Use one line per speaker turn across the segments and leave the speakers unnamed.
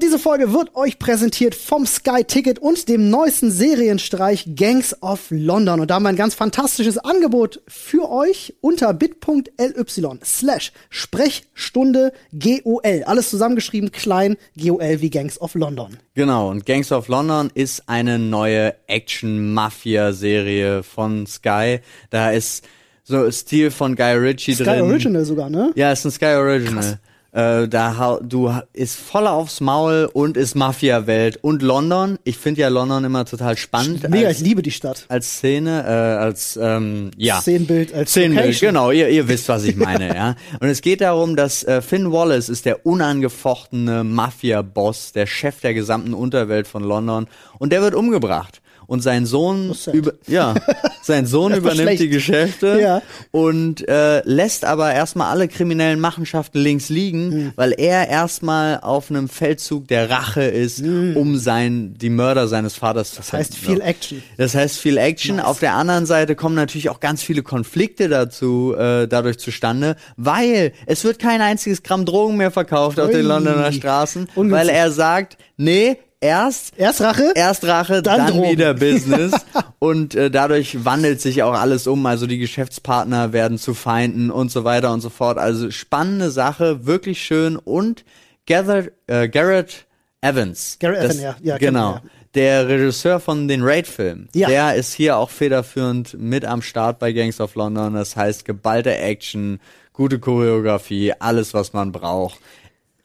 Diese Folge wird euch präsentiert vom Sky Ticket und dem neuesten Serienstreich Gangs of London. Und da haben wir ein ganz fantastisches Angebot für euch unter bit.ly slash Sprechstunde GOL. Alles zusammengeschrieben, klein GOL wie Gangs of London.
Genau, und Gangs of London ist eine neue Action-Mafia-Serie von Sky. Da ist so Stil von Guy Ritchie
Sky
drin.
Original sogar, ne?
Ja, ist ein Sky Original. Äh, da hau- du ha- ist voller aufs Maul und ist Mafia Welt und London. Ich finde ja London immer total spannend
Mega, ich
als,
liebe die Stadt.
als Szene, äh, als ähm, ja
Szenenbild als
Szenenbild,
Location.
genau, ihr, ihr wisst, was ich meine, ja. Und es geht darum, dass äh, Finn Wallace ist der unangefochtene Mafia-Boss, der Chef der gesamten Unterwelt von London und der wird umgebracht. Und sein Sohn
sad.
über ja, sein Sohn
Das war
übernimmt die
schlecht.
Geschäfte
Ja.
und äh, lässt aber erstmal alle kriminellen Machenschaften links liegen,
Hm.
weil er erstmal auf einem Feldzug der Rache ist,
Hm.
um sein die Mörder seines Vaters zu
Das heißt
finden.
viel
So.
Action.
genau. Das heißt viel Action. Auf der anderen Seite kommen natürlich auch ganz viele Konflikte dazu äh, dadurch zustande, weil es wird kein einziges Gramm Drogen mehr verkauft auf den
Ui.
Londoner Straßen,
Ungünstig.
weil er sagt, nee, erst
Erst Rache?
Erst Rache,
Dann
dann,
Drogen.
wieder Business. und äh, dadurch wandelt sich auch alles um. Also die Geschäftspartner werden zu Feinden und so weiter und so fort. Also spannende Sache, wirklich schön. Und Gareth, äh, Garrett Evans.
Garrett
Das-
Evan, ja. Ja, kennt
genau.
man, ja.
Der Regisseur von den Raid-Filmen,
Ja.
der ist hier auch federführend mit am Start bei Gangs of London. Das heißt, geballte Action, gute Choreografie, alles, was man braucht.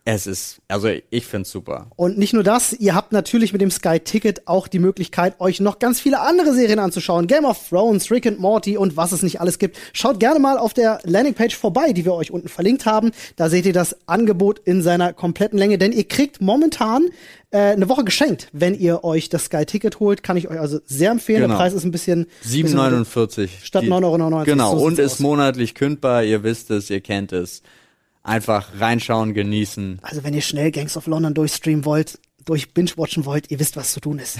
Es ist, also ich find's super.
Und nicht nur das, ihr habt natürlich mit dem Sky Ticket auch die Möglichkeit, euch noch ganz viele andere Serien anzuschauen. Game of Thrones, Rick and Morty und was es nicht alles gibt. Schaut gerne mal auf der Landingpage vorbei, die wir euch unten verlinkt haben. Da seht ihr das Angebot in seiner kompletten Länge, denn ihr kriegt momentan äh, eine Woche geschenkt, wenn ihr euch das Sky Ticket holt. Kann ich euch also sehr empfehlen. Der
Genau.
Preis ist ein bisschen... bisschen
7,49.
Statt
Die-
9,99.
Genau,
So
und
sieht's
ist
aus.
monatlich kündbar, ihr wisst es, ihr kennt es. Einfach reinschauen, genießen.
Also wenn ihr schnell Gangs of London durchstreamen wollt, durch Binge-Watchen wollt, ihr wisst, was zu tun ist.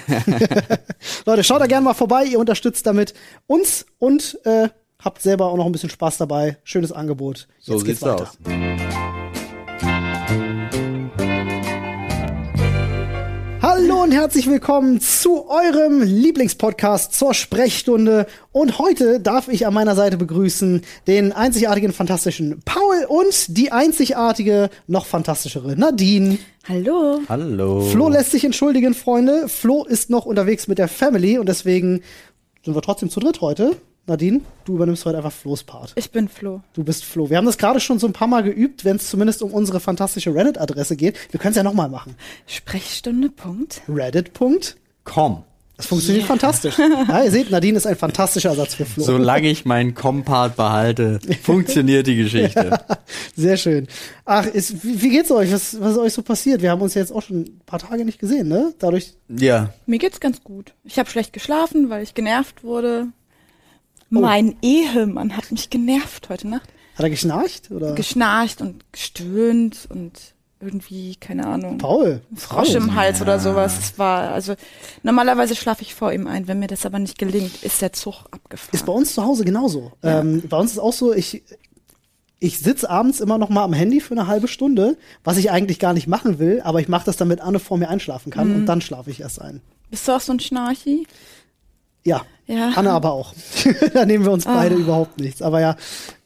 Leute, schaut da gerne mal vorbei, ihr unterstützt damit uns und äh, habt selber auch noch ein bisschen Spaß dabei. Schönes Angebot.
So
Jetzt geht's
sieht's
weiter.
aus.
Hallo und herzlich willkommen zu eurem Lieblingspodcast zur Sprechstunde. Und heute darf ich an meiner Seite begrüßen den einzigartigen, fantastischen Paul und die einzigartige, noch fantastischere Nadine.
Hallo.
Hallo.
Flo lässt sich entschuldigen, Freunde. Flo ist noch unterwegs mit der Family und deswegen sind wir trotzdem zu dritt heute. Nadine, du übernimmst heute einfach Flo's Part.
Ich bin Flo.
Du bist Flo. Wir haben das gerade schon so ein paar Mal geübt, wenn es zumindest um unsere fantastische Reddit-Adresse geht. Wir können es ja nochmal machen.
Sprechstunde. Punkt.
Reddit. Das
Komm.
funktioniert fantastisch. Ja, ihr seht, Nadine ist ein fantastischer Ersatz für Flo.
Solange ich meinen Kompart behalte, funktioniert die Geschichte.
Sehr schön. Ach, ist, wie, wie geht's euch? Was, was ist euch so passiert? Wir haben uns ja jetzt auch schon ein paar Tage nicht gesehen, ne? Dadurch
ja.
Mir geht's ganz gut. Ich habe schlecht geschlafen, weil ich genervt wurde. Mein Ehemann hat mich genervt heute Nacht.
hat er geschnarcht oder?
Geschnarcht und gestöhnt und irgendwie, keine Ahnung,
Paul.
ein Frosch im Hals oder sowas. Es war, also normalerweise schlafe ich vor ihm ein. Wenn mir das aber nicht gelingt, ist der Zug abgefahren.
Ist bei uns zu Hause genauso. Ähm, bei uns ist auch so, ich, ich sitze abends immer noch mal am Handy für eine halbe Stunde, was ich eigentlich gar nicht machen will, aber ich mache das, damit Anne vor mir einschlafen kann und dann schlafe ich erst ein.
Bist du auch so ein Schnarchi?
Ja.
Ja.
Anne aber auch. da nehmen wir uns beide überhaupt nichts. Aber ja,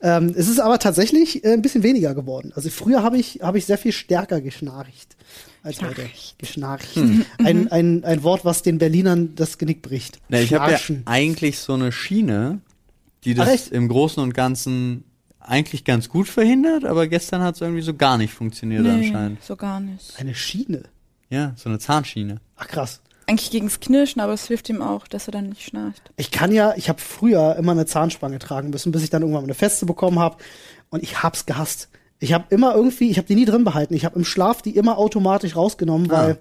ähm, es ist aber tatsächlich äh, ein bisschen weniger geworden. Also früher habe ich, habe ich sehr viel stärker geschnarcht als heute. Geschnarcht. Ein, ein, ein Wort, was den Berlinern das Genick bricht.
Na, ich habe ja
Schnarchen.
eigentlich so eine Schiene, die
Ach,
das
echt?
im Großen und Ganzen eigentlich ganz gut verhindert, aber gestern hat es irgendwie so gar nicht funktioniert anscheinend.
so gar nicht.
Eine Schiene.
Ja, so eine Zahnschiene.
Ach krass.
Eigentlich gegen's Knirschen, aber es hilft ihm auch, dass er dann nicht schnarcht.
Ich kann ja, ich habe früher immer eine Zahnspange tragen müssen, bis ich dann irgendwann eine feste bekommen habe und ich hab's gehasst. Ich habe immer irgendwie, ich habe die nie drin behalten. Ich habe im Schlaf die immer automatisch rausgenommen, weil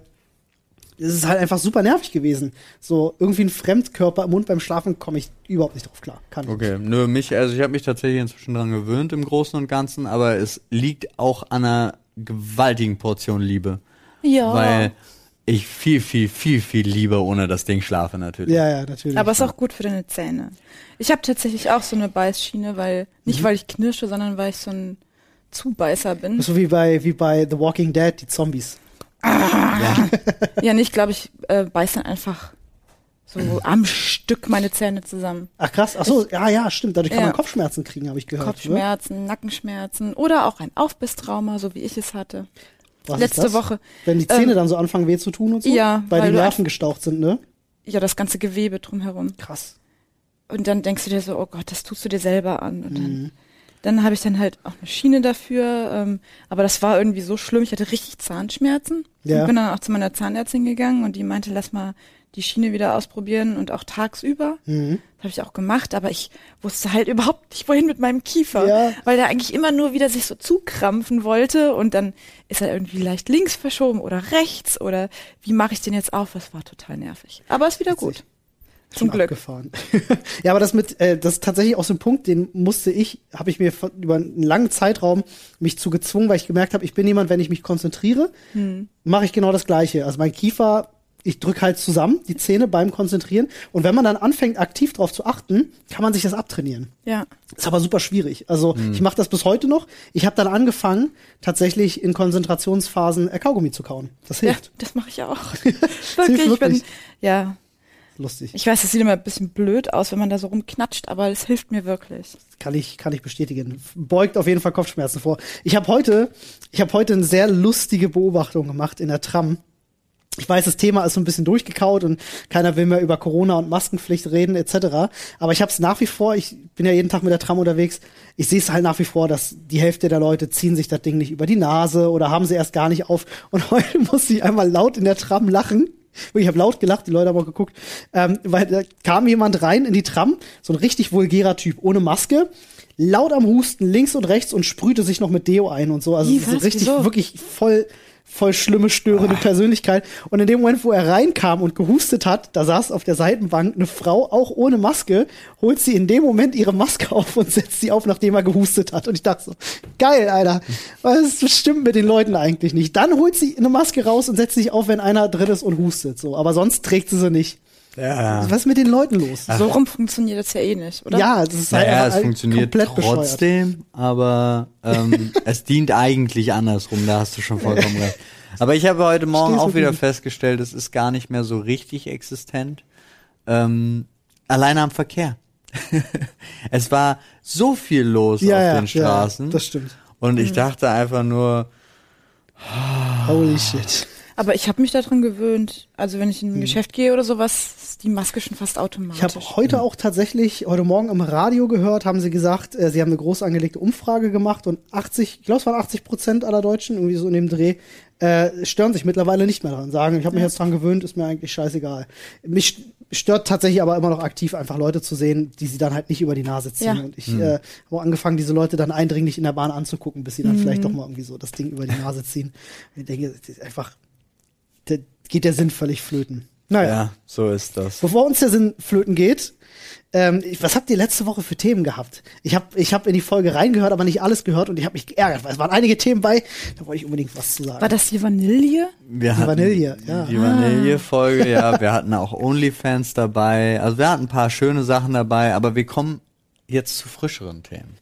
es ist halt einfach super nervig gewesen. So irgendwie ein Fremdkörper im Mund beim Schlafen komme ich überhaupt nicht drauf klar. Kann ich nicht.
Okay, nö, mich, also ich habe mich tatsächlich inzwischen dran gewöhnt im Großen und Ganzen, aber es liegt auch an einer gewaltigen Portion Liebe.
Oh.
Ja.
Weil ich viel, viel, viel, viel lieber ohne das Ding schlafe natürlich.
Ja, ja, natürlich.
Aber ist auch gut für deine Zähne. Ich habe tatsächlich auch so eine Beißschiene, weil
Mhm.
nicht weil ich knirsche, sondern weil ich so ein Zubeißer bin.
so wie bei wie bei The Walking Dead die Zombies.
Ja, nicht, glaube ich, äh, beiß dann einfach so am Stück meine Zähne zusammen.
Ach krass, ach so, ja, ja, stimmt. Dadurch kann
Ja.
man Kopfschmerzen kriegen, habe ich gehört. ne?
Kopfschmerzen, Nackenschmerzen oder auch ein Aufbisstrauma, so wie ich es hatte.
Was ist
letzte
das?
Woche. Ähm,
Wenn die Zähne dann so anfangen weh zu tun und so?
Ja,
Weil,
weil
die
du
Nerven gestaucht sind, ne?
Ja, das ganze Gewebe drumherum.
Krass.
Und dann denkst du dir so, oh Gott, das tust du dir selber an. Und dann,
Mhm.
dann habe ich dann halt auch eine Schiene dafür. Ähm, aber das war irgendwie so schlimm. Ich hatte richtig Zahnschmerzen.
Ja.
Ich bin dann auch zu meiner Zahnärztin gegangen und die meinte, lass mal die Schiene wieder ausprobieren und auch tagsüber.
Mhm.
Das habe ich auch gemacht, aber ich wusste halt überhaupt nicht, wohin mit meinem Kiefer.
Ja.
Weil der eigentlich immer nur wieder sich so zukrampfen wollte und dann ist er irgendwie leicht links verschoben oder rechts oder wie mache ich den jetzt auf? Das war total nervig. Aber ist wieder gut.
Schon
Zum Glück.
Abgefahren. ja, aber das mit, äh, das ist tatsächlich auch so ein Punkt, den musste ich, habe ich mir von, über einen langen Zeitraum mich zu gezwungen, weil ich gemerkt habe, ich bin jemand, wenn ich mich konzentriere,
Hm.
mache ich genau das Gleiche. Also mein Kiefer, ich drück halt zusammen die Zähne beim Konzentrieren und wenn man dann anfängt, aktiv drauf zu achten, kann man sich das abtrainieren.
Ja.
Ist aber super schwierig. Also ich mache das bis heute noch. Ich habe dann angefangen, tatsächlich in Konzentrationsphasen äh, Kaugummi zu kauen. Das
Ja,
hilft.
das mache ich auch.
hilft
wirklich, ich bin,
wirklich.
ja.
Lustig.
Ich weiß, es sieht immer ein bisschen blöd aus, wenn man da so rumknatscht, aber es hilft mir wirklich.
kann ich kann ich bestätigen. Beugt auf jeden Fall Kopfschmerzen vor. Ich habe heute ich habe heute eine sehr lustige Beobachtung gemacht in der Tram. Ich weiß, das Thema ist so ein bisschen durchgekaut und keiner will mehr über Corona und Maskenpflicht reden etc. Aber ich habe es nach wie vor. Ich bin ja jeden Tag mit der Tram unterwegs. Ich sehe es halt nach wie vor, dass die Hälfte der Leute ziehen sich das Ding nicht über die Nase oder haben sie erst gar nicht auf. Und heute musste ich einmal laut in der Tram lachen. Ich habe laut gelacht, die Leute haben auch geguckt, ähm, weil da kam jemand rein in die Tram, so ein richtig vulgärer Typ, ohne Maske, laut am Husten, links und rechts und sprühte sich noch mit Deo ein und so. Also
Wie,
so
was?
richtig,
Wieso?
wirklich voll, voll schlimme, störende
Ah.
Persönlichkeit. Und in dem Moment, wo er reinkam und gehustet hat, da saß auf der Seitenbank eine Frau, auch ohne Maske, holt sie in dem Moment ihre Maske auf und setzt sie auf, nachdem er gehustet hat. Und ich dachte so, geil, Alter. Was stimmt mit den Leuten eigentlich nicht? Dann holt sie eine Maske raus und setzt sich auf, wenn einer drin ist und hustet. So, aber sonst trägt sie sie nicht.
Ja.
Was ist mit den Leuten los?
So rum funktioniert das ja eh nicht, oder?
Ja, das ist halt
Naja,
einfach
es funktioniert
komplett bescheuert.
trotzdem, aber ähm, es dient eigentlich andersrum, da hast du schon vollkommen recht. Aber ich habe heute Morgen
Stehst du
auch wieder
gut.
festgestellt, es ist gar nicht mehr so richtig existent. Ähm, alleine am Verkehr. es war so viel los
Ja,
auf
ja,
den Straßen.
ja, das stimmt.
Und ich dachte einfach nur,
Holy shit.
Aber ich habe mich daran gewöhnt. Also wenn ich in ein Geschäft gehe oder sowas, ist die Maske schon fast
Hm. Ich habe
automatisch.
heute auch tatsächlich, heute Morgen im Radio gehört, haben sie gesagt, äh, sie haben eine groß angelegte Umfrage gemacht und 80, ich glaube es waren 80 Prozent aller Deutschen, irgendwie so in dem Dreh, äh, stören sich mittlerweile nicht mehr daran. Sagen, ich habe mich jetzt daran gewöhnt, ist mir eigentlich scheißegal. Mich stört tatsächlich aber immer noch aktiv, einfach Leute zu sehen, die sie dann halt nicht über die Nase ziehen.
Ja.
Und ich äh, habe auch angefangen, diese Leute dann eindringlich in der Bahn anzugucken, bis sie dann vielleicht doch mal irgendwie so das Ding über die Nase ziehen. Und ich denke, das ist einfach, da geht der Sinn völlig flöten. Naja.
ja, so ist das.
Bevor uns der Sinn flöten geht, ähm, ich- was habt ihr letzte Woche für Themen gehabt? Ich habe ich hab in die Folge reingehört, aber nicht alles gehört und ich habe mich geärgert, weil es waren einige Themen bei, da wollte ich unbedingt was zu sagen.
War das die Vanille? Oh
Wir
Die
hatten
Vanille, ja.
Die Vanille-Folge, ja. Wir hatten auch OnlyFans dabei. Also wir hatten ein paar schöne Sachen dabei, aber wir kommen jetzt zu frischeren Themen.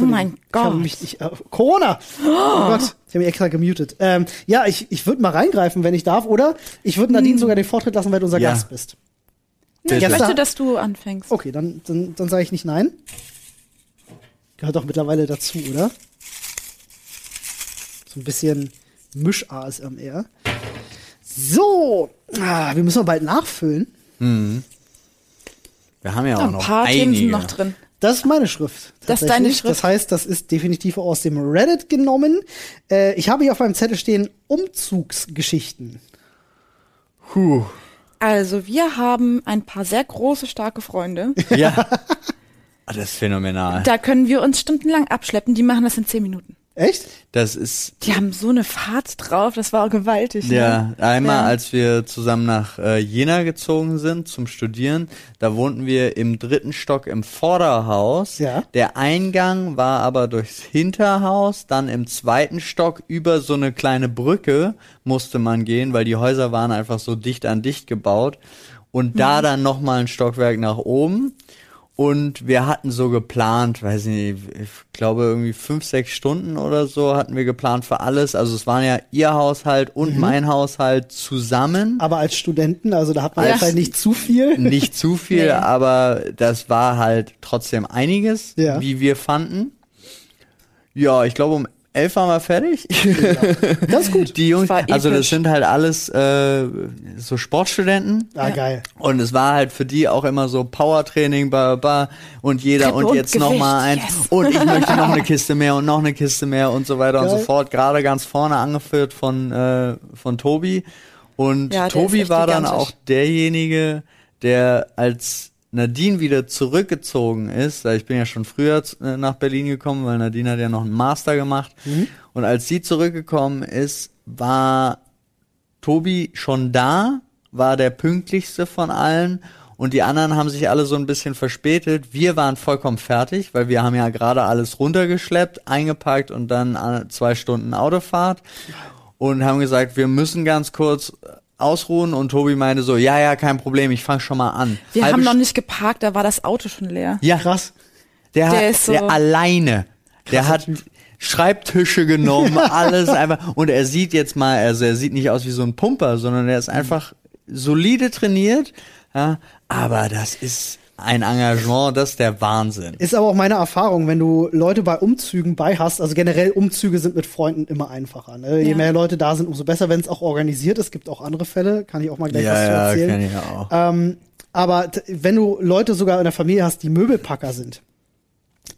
Oh mein
Ich habe
Gott.
mich, ich, äh, Corona! Oh, Gott, ich habe mich extra gemutet. Ähm, ja, ich, ich würde mal reingreifen, wenn ich darf, oder? Ich würde Nadine sogar den Vortritt lassen, weil du unser
Ja.
Gast bist.
Nee, ich
Bitte.
möchte, dass du anfängst.
Okay, dann, dann, dann sage ich nicht nein. Gehört doch mittlerweile dazu, oder? So ein bisschen Misch-ASMR. So, ah, wir müssen mal bald nachfüllen.
Wir haben ja auch
Ein
noch
paar
einige.
Themen sind noch drin.
Das ist meine Schrift.
Das
tatsächlich.
ist deine Schrift.
Das heißt, das ist definitiv aus dem Reddit genommen. Äh, ich habe hier auf meinem Zettel stehen Umzugsgeschichten.
Puh.
Also wir haben ein paar sehr große, starke Freunde.
Ja. Ah, Das ist phänomenal.
da können wir uns stundenlang abschleppen. Die machen das in zehn Minuten.
Echt?
Das ist
Die haben so eine Fahrt drauf. Das war auch gewaltig. Ne?
ja einmal,
Ja.
als wir zusammen nach äh, Jena gezogen sind zum Studieren, da wohnten wir im dritten Stock im Vorderhaus.
Ja.
Der Eingang war aber durchs Hinterhaus, dann im zweiten Stock über so eine kleine Brücke musste man gehen, weil die Häuser waren einfach so dicht an dicht gebaut. Und da dann nochmal ein Stockwerk nach oben. Und wir hatten so geplant, weiß nicht, ich glaube irgendwie fünf, sechs Stunden oder so hatten wir geplant für alles. Also es waren ja ihr Haushalt und mein Haushalt zusammen.
Aber als Studenten, also da hat man
Ja.
halt nicht zu viel.
Nicht zu viel,
Nee.
aber das war halt trotzdem einiges,
Ja.
wie wir fanden. Ja, ich glaube um elf waren wir fertig.
Ganz gut.
Die Jungs,
Das war
also das
episch.
sind halt alles äh, so Sportstudenten.
Ah, geil.
Und es war halt für die auch immer so Powertraining, ba, ba, ba, und jeder
Treppe
und
und
jetzt noch
Gewicht,
mal ein
yes.
und ich möchte noch eine Kiste mehr und noch eine Kiste mehr und so weiter und so
Geil.
fort. Gerade ganz vorne angeführt von äh, von Tobi und
Ja, der ist
Tobi
echt
war dann
gigantisch.
auch derjenige, der als Nadine wieder zurückgezogen ist, weil ich bin ja schon früher z- äh, nach Berlin gekommen, weil Nadine hat ja noch einen Master gemacht
Mhm.
und als sie zurückgekommen ist, war Tobi schon da, war der pünktlichste von allen und die anderen haben sich alle so ein bisschen verspätet. Wir waren vollkommen fertig, weil wir haben ja gerade alles runtergeschleppt, eingepackt und dann äh, zwei Stunden Autofahrt und haben gesagt, wir müssen ganz kurz ausruhen und Tobi meinte so, ja, ja, kein Problem, ich fange schon mal an.
Wir
Halbe
haben noch
Stu-
nicht geparkt, da war das Auto schon leer.
ja,
Krass.
der,
Der
hat,
ist so-
der alleine. Der hat Schreibtische genommen, alles einfach. Und er sieht jetzt mal, also er sieht nicht aus wie so ein Pumper, sondern er ist
Mhm.
einfach solide trainiert. Ja, aber das ist ein Engagement, das ist der Wahnsinn.
Ist aber auch meine Erfahrung, wenn du Leute bei Umzügen bei hast, also generell Umzüge sind mit Freunden immer einfacher. Ne? Je
Ja.
mehr Leute da sind, umso besser, wenn es auch organisiert ist. Gibt auch andere Fälle, kann ich auch mal gleich was zu erzählen.
kenn ich auch.
Ähm, aber t- wenn du Leute sogar in der Familie hast, die Möbelpacker sind,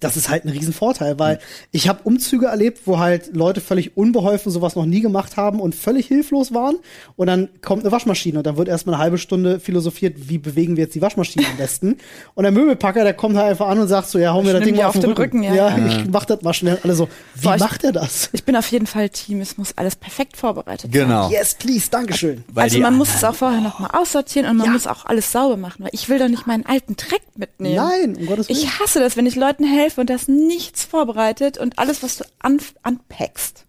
das ist halt ein Riesenvorteil, weil ich habe Umzüge erlebt, wo halt Leute völlig unbeholfen sowas noch nie gemacht haben und völlig hilflos waren. Und dann kommt eine Waschmaschine und dann wird erstmal eine halbe Stunde philosophiert, wie bewegen wir jetzt die Waschmaschine am besten. Und der Möbelpacker, der kommt halt einfach an und sagt so, ja, hau mir das
Nimm
Ding
die
mal auf
auf
den
den
Rücken.
Rücken,
ja.
ja.
ich mach das mal schnell. Alle so, wie
Boah, ich-
macht er das?
Ich bin auf jeden Fall Team, es muss alles perfekt vorbereitet sein.
Genau.
Yes, please, Dankeschön.
Weil
also
die
man muss es auch vorher nochmal aussortieren und man
Ja.
muss auch alles sauber machen, weil ich will doch nicht meinen alten Dreck mitnehmen.
Nein, um Gottes Willen.
Ich hasse das, wenn ich Leuten helfe und das nichts vorbereitet und alles, was du an, anpackst,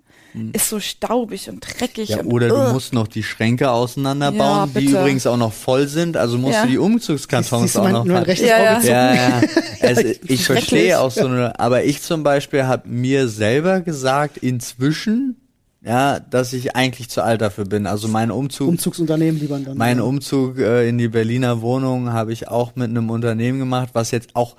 ist so staubig und dreckig.
Hm. Ja,
und
oder du
Ugh.
musst noch die Schränke auseinanderbauen,
Ja,
die
bitte.
übrigens auch noch voll sind. Also musst
Ja.
du die Umzugskartons
Siehst du
auch
mein,
noch
mein
packen.
rechtes
Ja,
Auge
ja.
zucken?
Ja, Also, ja. Es, ich
Schrecklich.
verstehe auch so eine, aber ich zum Beispiel habe mir selber gesagt, inzwischen, ja, dass ich eigentlich zu alt dafür bin. Also mein Umzug,
Umzugsunternehmen lieber dann.
mein Umzug äh, in die Berliner Wohnung habe ich auch mit einem Unternehmen gemacht, was jetzt auch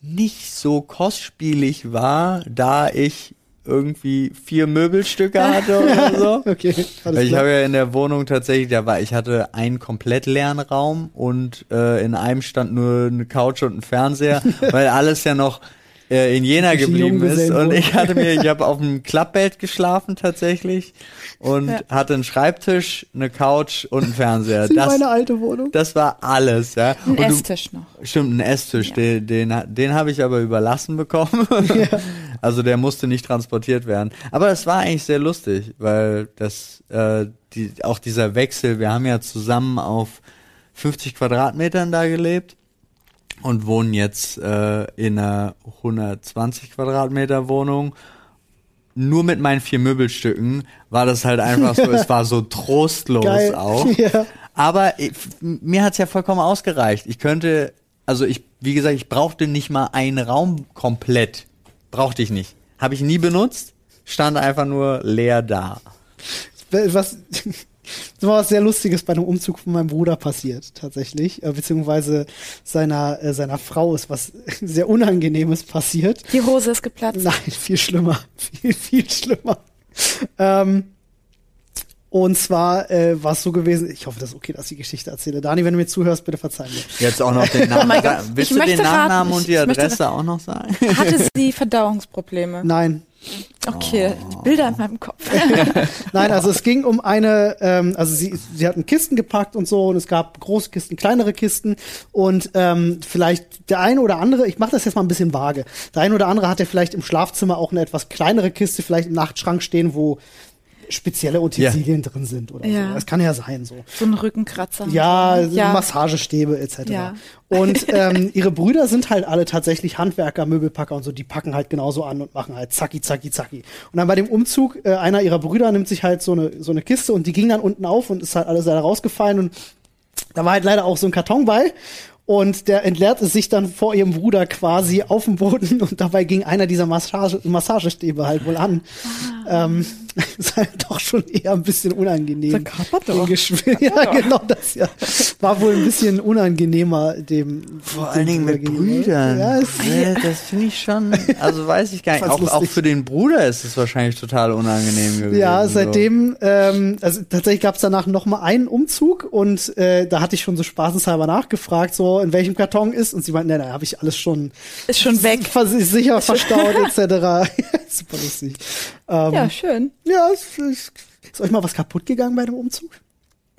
nicht so kostspielig war, da ich irgendwie vier Möbelstücke hatte oder so.
Okay, alles
ich
klar.
habe ja in der Wohnung tatsächlich, da war, ich hatte einen komplett leeren Raum und äh, in einem stand nur eine Couch und ein Fernseher, weil alles ja noch äh, in Jena
Die
geblieben ist.
Junggesellenwohnung.
Und ich hatte mir, ich habe auf dem Klappbett geschlafen tatsächlich und
Ja.
hatte einen Schreibtisch, eine Couch und einen Fernseher.
Wie
Das,
meine alte Wohnung.
das war alles, ja.
Ein
Und du-
Esstisch noch.
Stimmt, ein Esstisch, den, den, ha- den habe ich aber überlassen bekommen. Also der musste nicht transportiert werden. Aber das war eigentlich sehr lustig, weil das, äh, die, auch dieser Wechsel, wir haben ja zusammen auf 50 Quadratmetern da gelebt und wohnen jetzt äh, in einer 120 Quadratmeter Wohnung. Nur mit meinen vier Möbelstücken war das halt einfach so, es war so trostlos
Geil.
auch.
Ja.
Aber ich- f- mir hat's ja vollkommen ausgereicht. Ich könnte, also ich, wie gesagt, ich brauchte nicht mal einen Raum komplett. Brauchte ich nicht. Habe ich nie benutzt, stand einfach nur leer da.
äh, Was, das war was sehr Lustiges bei einem Umzug von meinem Bruder passiert, tatsächlich. Äh, beziehungsweise seiner, äh, seiner Frau ist was sehr Unangenehmes passiert.
Die Hose ist geplatzt.
Nein, viel schlimmer. Viel, viel schlimmer. Ähm, und zwar äh, war es so gewesen, ich hoffe, das ist okay, dass ich die Geschichte erzähle. Dani, wenn du mir zuhörst, bitte verzeih mir.
Jetzt auch noch den Namen.
Oh mein Gott,
Sa-
ich
Willst du den
möchte raten,
Nachnamen und
ich-
die
ich möchte
Adresse auch noch sagen?
Hatte sie Verdauungsprobleme?
Nein,
Okay, die Bilder in meinem Kopf.
Nein, also es ging um eine, ähm, also sie, sie hatten Kisten gepackt und so und es gab große Kisten, kleinere Kisten und ähm, vielleicht der eine oder andere, ich mache das jetzt mal ein bisschen vage, der eine oder andere hatte vielleicht im Schlafzimmer auch eine etwas kleinere Kiste, vielleicht im Nachtschrank stehen, wo spezielle Utensilien drin sind oder
Ja.
so. Das kann ja sein so.
So ein Rückenkratzer. ne?
Ja, also
Ja.
Massagestäbe etc.
Ja.
Und ähm, ihre Brüder sind halt alle tatsächlich Handwerker, Möbelpacker und so. Die packen halt genauso an und machen halt zacki, zacki, zacki. Und dann bei dem Umzug, äh, einer ihrer Brüder nimmt sich halt so eine, so eine Kiste und die ging dann unten auf und ist halt alles leider rausgefallen und da war halt leider auch so ein Karton bei. Und der entleerte sich dann vor ihrem Bruder quasi auf dem Boden und dabei ging einer dieser Massage Massagestäbe halt wohl an. Ähm, ist halt doch schon eher ein bisschen unangenehm.
Der Carpador.
Den Geschw- Ja, genau das ja. War wohl ein bisschen unangenehmer dem.
Vor
dem
allen Dingen mit
Bruder gegenüber.
Brüdern.
Ja, ist,
Äh, das finde ich schon, also weiß ich gar nicht.
Fand's
Auch, auch
lustig.
für den Bruder ist es wahrscheinlich total unangenehm gewesen.
Ja,
so.
seitdem, ähm, also tatsächlich gab es danach noch mal einen Umzug und äh, da hatte ich schon so spaßenshalber nachgefragt, so in welchem Karton ist und sie meinten, nein, da habe ich alles schon
Ist schon weg.
vers- sicher verstaut etc. Super lustig. Ähm, ja,
Ja, schön.
ist, ist, ist euch mal was kaputt gegangen bei dem Umzug?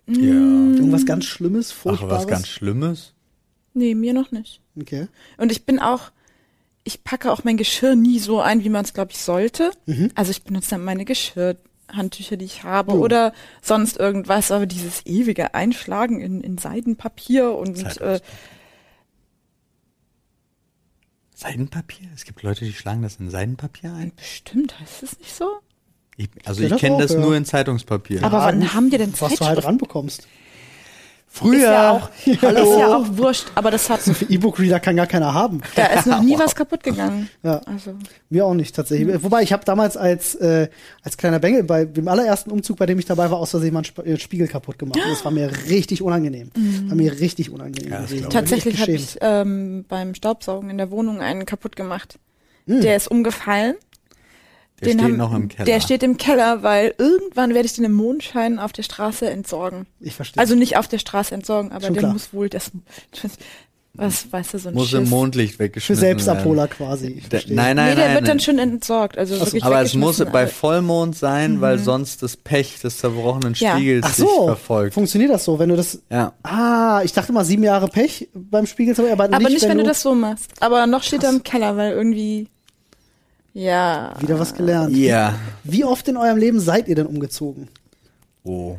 Mm.
Ja.
Irgendwas ganz Schlimmes,
Ach,
furchtbares?
was ganz Schlimmes?
Nee, mir noch nicht.
okay.
Und ich bin auch, ich packe auch mein Geschirr nie so ein, wie man es, glaube ich, sollte.
Mhm.
Also ich benutze dann meine Geschirrhandtücher, die ich habe,
Oh.
oder sonst irgendwas, aber dieses ewige Einschlagen in, in Seidenpapier und äh,
Zeitlos. Seidenpapier? Es gibt Leute, die schlagen das in Seidenpapier ein.
bestimmt heißt es nicht so?
Ich, also
Ja,
ich
das
kenne
auch,
das
ja.
nur in Zeitungspapier.
Aber wann haben wir denn
Was du halt
Zeitschriften?
ranbekommst.
früher
Ist ja auch,
Hallo.
ist ja auch wurscht, aber das hat,
Für E-Book-Reader kann gar keiner haben.
da ist noch nie was kaputt gegangen.
Ja.
Also,
Mir auch nicht tatsächlich.
Mhm.
Wobei ich habe damals als äh, als kleiner Bengel bei dem allerersten Umzug, bei dem ich dabei war, aus Versehen mal einen Sp- äh, Spiegel kaputt gemacht. Und das war mir richtig unangenehm. War mir richtig unangenehm.
Ja, das
gewesen.
glaub ich.
Da bin ich
Mhm. Tatsächlich habe
geschämt.
ich ähm, beim Staubsaugen in der Wohnung einen kaputt gemacht. Der ist umgefallen.
Hm. der steht
haben-
noch im Keller.
Der steht im Keller, weil irgendwann werde ich den im Mondschein auf der Straße entsorgen.
Ich verstehe.
Also nicht auf der Straße entsorgen, aber
Schon
der
klar.
muss wohl das. Was weißt du, so ein
Muss
Schiss.
im Mondlicht
Für
weggeschmissen
Selbstabholer
werden.
quasi. Ich
Der,
verstehe.
nein, nein,
nee, der
nein.
wird
nein.
dann schon entsorgt. Also wirklich
aber es muss
weggeschmissen, Also,
bei
aber-
Vollmond sein, weil sonst das Pech des zerbrochenen
Ja.
Spiegels
Ach
dich
so,
verfolgt.
funktioniert das so, wenn du das.
Ja.
Ah, ich dachte mal sieben Jahre Pech beim Spiegel, aber nicht,
aber nicht, wenn du das so machst. Aber noch steht er im Keller, weil irgendwie. Ja.
wieder was gelernt.
Ja.
Wie oft in eurem Leben seid ihr denn umgezogen?
Oh.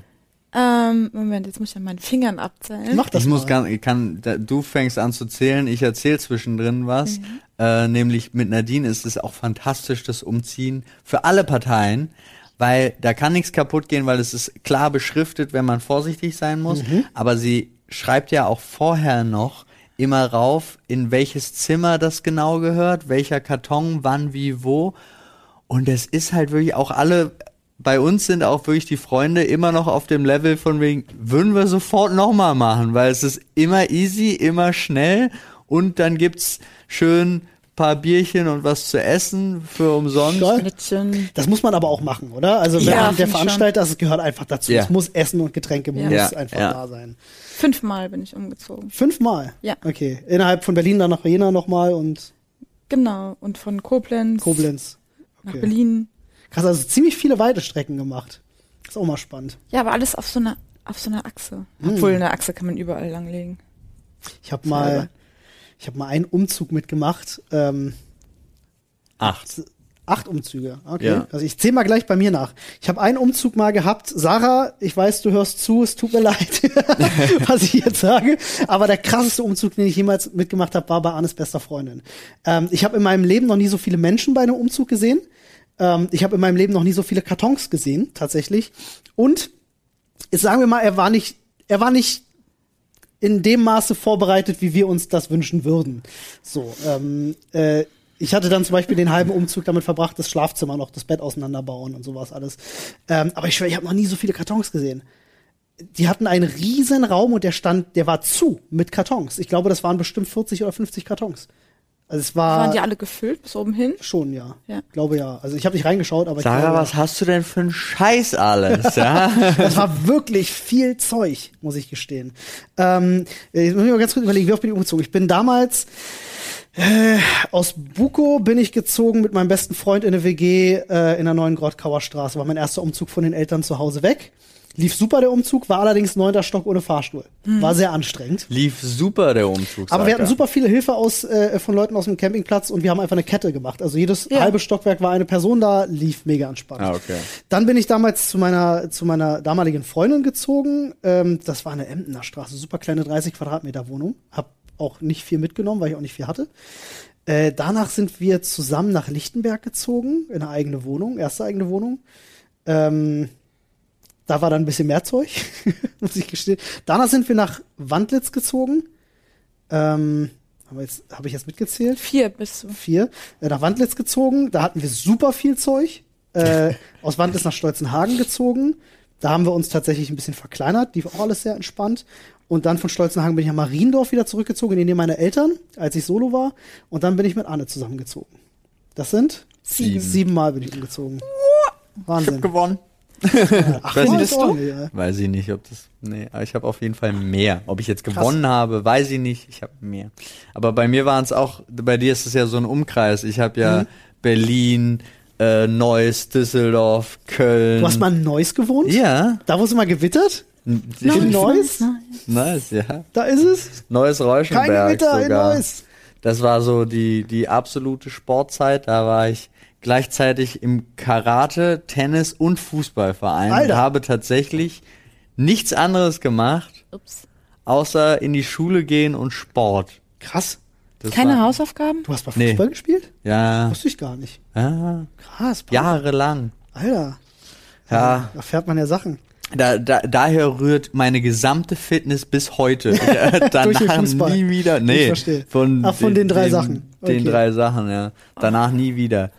Ähm, Moment, jetzt muss ich an meinen Fingern abzählen.
Mach das
ich muss
mal.
gar, ich kann, da, du fängst an zu zählen, ich erzähle zwischendrin was. Äh, nämlich mit Nadine ist es auch fantastisch, das Umziehen für alle Parteien, weil da kann nichts kaputt gehen, weil es ist klar beschriftet, wenn man vorsichtig sein muss. Aber sie schreibt ja auch vorher noch immer rauf, in welches Zimmer das genau gehört, welcher Karton, wann, wie, wo. Und es ist halt wirklich auch alle, bei uns sind auch wirklich die Freunde immer noch auf dem Level von wegen, würden wir sofort nochmal machen, weil es ist immer easy, immer schnell und dann gibt's schön paar Bierchen und was zu essen für umsonst.
Geil.
Schnittchen.
Das muss man aber auch machen, oder? Also wenn
Ja,
man der
find ich
Veranstalter, es gehört einfach dazu.
Ja.
Es muss Essen und Getränke muss
Ja.
einfach
Ja.
da sein.
Fünfmal bin ich umgezogen.
Fünfmal?
Ja.
Okay. Innerhalb von Berlin, dann nach Jena nochmal und
Genau. Und von Koblenz,
Koblenz.
nach
Okay.
Berlin.
Krass, also ziemlich viele weite Strecken gemacht. Ist auch mal spannend.
Ja, aber alles auf so einer auf so einer Achse.
Hm.
Obwohl eine Achse kann man überall langlegen.
Ich habe mal, ich habe mal einen Umzug mitgemacht. Ähm,
Acht.
Z- Acht Umzüge, okay.
Ja.
Also ich zähl mal gleich bei mir nach. Ich habe einen Umzug mal gehabt. Sarah, ich weiß, du hörst zu, es tut mir leid, was ich jetzt sage. Aber der krasseste Umzug, den ich jemals mitgemacht habe, war bei Annes bester Freundin. Ähm, ich habe in meinem Leben noch nie so viele Menschen bei einem Umzug gesehen. Ähm, ich habe in meinem Leben noch nie so viele Kartons gesehen, tatsächlich. Und jetzt sagen wir mal, er war nicht, er war nicht in dem Maße vorbereitet, wie wir uns das wünschen würden. So, ähm, äh, ich hatte dann zum Beispiel den halben Umzug damit verbracht, das Schlafzimmer noch, das Bett auseinanderbauen und sowas alles. Ähm, aber ich schwöre, ich habe noch nie so viele Kartons gesehen. Die hatten einen riesen Raum und der stand, der war zu mit Kartons. Ich glaube, das waren bestimmt 40 oder 50 Kartons. Also es war
Waren die alle gefüllt bis oben hin?
schon ja.
Ja.
Glaube ja. Also ich habe nicht reingeschaut, aber ich
Sarah,
glaube,
was hast du denn für einen Scheiß alles, ja?
Das war wirklich viel Zeug, muss ich gestehen. Ähm, ich muss mir mal ganz kurz überlegen, wie oft bin ich umgezogen? Ich bin damals äh, aus Buko bin ich gezogen mit meinem besten Freund in eine WG äh, in der neuen Grodkauer Straße. War mein erster Umzug von den Eltern zu Hause weg. Lief super der Umzug, war allerdings neunter Stock ohne Fahrstuhl. War sehr anstrengend.
Lief super, der Umzug.
Aber
sagt
wir hatten
er.
super viele Hilfe aus, äh, von Leuten aus dem Campingplatz und wir haben einfach eine Kette gemacht. Also jedes
Ja.
halbe Stockwerk war eine Person da, lief mega entspannt.
Ah, okay.
Dann bin ich damals zu meiner, zu meiner damaligen Freundin gezogen. Ähm, das war eine Emdener Straße, super kleine 30 Quadratmeter Wohnung. Hab auch nicht viel mitgenommen, weil ich auch nicht viel hatte. Äh, danach sind wir zusammen nach Lichtenberg gezogen, in eine eigene Wohnung, erste eigene Wohnung. Ähm, da war dann ein bisschen mehr Zeug, muss ich gestehen. Danach sind wir nach Wandlitz gezogen. Ähm, aber jetzt habe ich jetzt mitgezählt.
Vier bis
Vier. Äh, nach Wandlitz gezogen. Da hatten wir super viel Zeug. Äh, aus Wandlitz nach Stolzenhagen gezogen. Da haben wir uns tatsächlich ein bisschen verkleinert. Die war auch alles sehr entspannt. Und dann von Stolzenhagen bin ich nach Mariendorf wieder zurückgezogen, in die Nähe meiner Eltern, als ich solo war. Und dann bin ich mit Anne zusammengezogen. Das sind
Sieben.
Siebenmal bin ich umgezogen. Wahnsinn.
gewonnen.
Ach,
Wer
ja,
bist
ist
du?
ordentlich, ey.
Weiß ich nicht, ob das. Nee, aber ich habe auf jeden Fall mehr. Ob ich jetzt gewonnen habe, weiß ich nicht. Ich habe mehr. Aber bei mir waren es auch, bei dir ist es ja so ein Umkreis. Ich habe
Mhm.
ja Berlin, äh, Neuss, Düsseldorf, Köln.
Du hast mal in Neuss gewohnt?
Ja.
Da, wo es immer gewittert? In Neuss?
Nice, ja.
Da ist es.
Neues Reuschenberg
Kein Gewitter in
sogar.
Neuss.
Das war so die, die absolute Sportzeit. Da war ich gleichzeitig im Karate, Tennis und Fußballverein
Alter.
und habe tatsächlich nichts anderes gemacht,
Ups.
außer in die Schule gehen und Sport.
Krass.
Das
Keine
war,
Hausaufgaben?
Du hast mal
Nee.
Fußball gespielt?
Ja,
Wusste ich gar nicht.
ja,
Krass. Paul.
jahrelang.
Alter.
Ja,
Da erfährt man ja Sachen.
da, da, daher rührt meine gesamte Fitness bis heute.
Durch den
Danach
Fußball.
nie wieder. Nee,
Ich verstehe.
Von,
Ach, von den drei Sachen.
Den
Okay.
drei Sachen, ja. Danach nie wieder.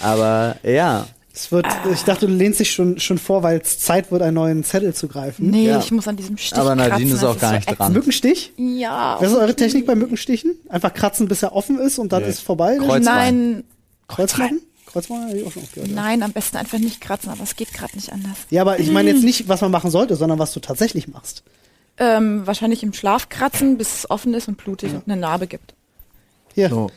Aber ja,
Es wird, ich dachte, du lehnst dich schon, schon vor, weil es Zeit wird, einen neuen Zettel zu greifen.
Nee,
Ja.
ich muss an diesem Stich
Aber Nadine
kratzen,
ist
das
auch gar
so
nicht
ätzend.
dran.
Mückenstich?
Ja.
Das ist eure Technik bei Mückenstichen? Einfach kratzen, bis er offen ist und dann
Nee.
ist vorbei?
Kreuz-
Nein,
Kreuz machen? Kreuz machen habe ich auch schon oft gehört. Ja.
nein, am besten einfach nicht kratzen, aber es geht gerade nicht anders.
ja, aber ich meine
Mhm.
jetzt nicht, was man machen sollte, sondern was du tatsächlich machst.
Ähm, wahrscheinlich im Schlaf kratzen, bis es offen ist und blutig und eine Narbe gibt.
Hier,
so.